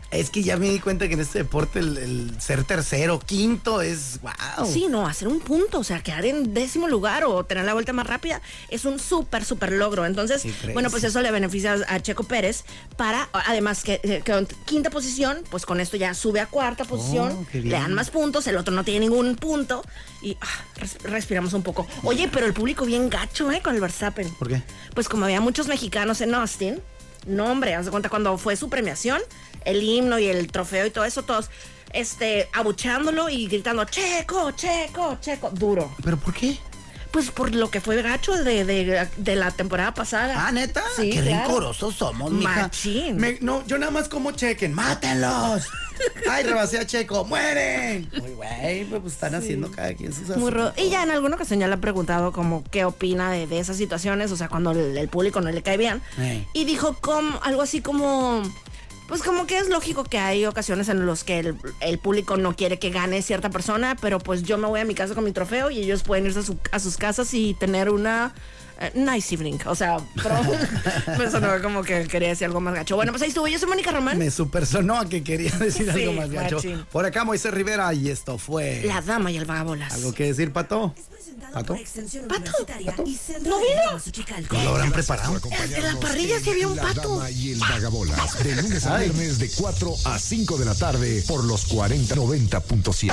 [SPEAKER 4] Es que ya me di cuenta que en este deporte el, el ser tercero, quinto es wow.
[SPEAKER 2] Sí, no, hacer un punto, o sea, quedar en décimo lugar o tener la vuelta más rápida es un súper, súper logro. Entonces,
[SPEAKER 4] Sí, crees.
[SPEAKER 2] bueno, pues eso le beneficia a Checo Pérez para, además que eh, quedó en quinta posición, pues con esto ya sube a cuarta posición,
[SPEAKER 4] Oh, qué
[SPEAKER 2] le
[SPEAKER 4] bien.
[SPEAKER 2] dan más puntos, el otro no tiene ningún punto y ah, res- respiramos un poco. Oye, pero el público bien gacho, ¿eh? Con el Verstappen.
[SPEAKER 4] ¿Por qué?
[SPEAKER 2] Pues como había muchos mexicanos en Austin, no hombre, haz de cuenta cuando fue su premiación, el himno y el trofeo y todo eso, todos este, abuchándolo y gritando, checo, checo, checo, duro.
[SPEAKER 4] ¿Pero por qué?
[SPEAKER 2] Pues por lo que fue gacho de, de- de la temporada pasada.
[SPEAKER 4] Ah, neta.
[SPEAKER 2] Sí,
[SPEAKER 4] qué
[SPEAKER 2] claro.
[SPEAKER 4] rencorosos somos, mija.
[SPEAKER 2] Machín.
[SPEAKER 4] Me- no, yo nada más como chequen. ¡Mátenlos! Ay, rebasé a Checo. ¡Mueren! Muy güey, pues están haciendo cada quien sus
[SPEAKER 2] Muy
[SPEAKER 4] asuntos.
[SPEAKER 2] rudo. Y ya en alguna ocasión ya le han preguntado como qué opina de, de esas situaciones, o sea, cuando el, el público no le cae bien.
[SPEAKER 4] Ey.
[SPEAKER 2] Y dijo como, algo así como, pues como que es lógico que hay ocasiones en los que el, el público no quiere que gane cierta persona, pero pues yo me voy a mi casa con mi trofeo y ellos pueden irse a, su- a sus casas y tener una... eh, nice evening, o sea, pero me sonó como que quería decir algo más gacho. Bueno, pues ahí estuvo. Yo soy Mónica Román,
[SPEAKER 4] Me supersonó a que quería decir
[SPEAKER 2] Sí,
[SPEAKER 4] algo más gacho.
[SPEAKER 2] machín.
[SPEAKER 4] Por acá Moisés Rivera y esto fue.
[SPEAKER 2] la dama y el vagabolas.
[SPEAKER 4] ¿Algo que decir, Pato?
[SPEAKER 2] Es presentado
[SPEAKER 4] ¿Pato?
[SPEAKER 2] por Extensión ¿Pato?
[SPEAKER 4] Universitaria ¿Pato? y
[SPEAKER 2] Centro ¿No vino?
[SPEAKER 1] No
[SPEAKER 4] ¿Lo habrán preparado?
[SPEAKER 2] En la parrilla sí había un pato.
[SPEAKER 1] La Dama y el Vagabolas. De lunes a viernes de 4 a 5 de la tarde por los 4090.7.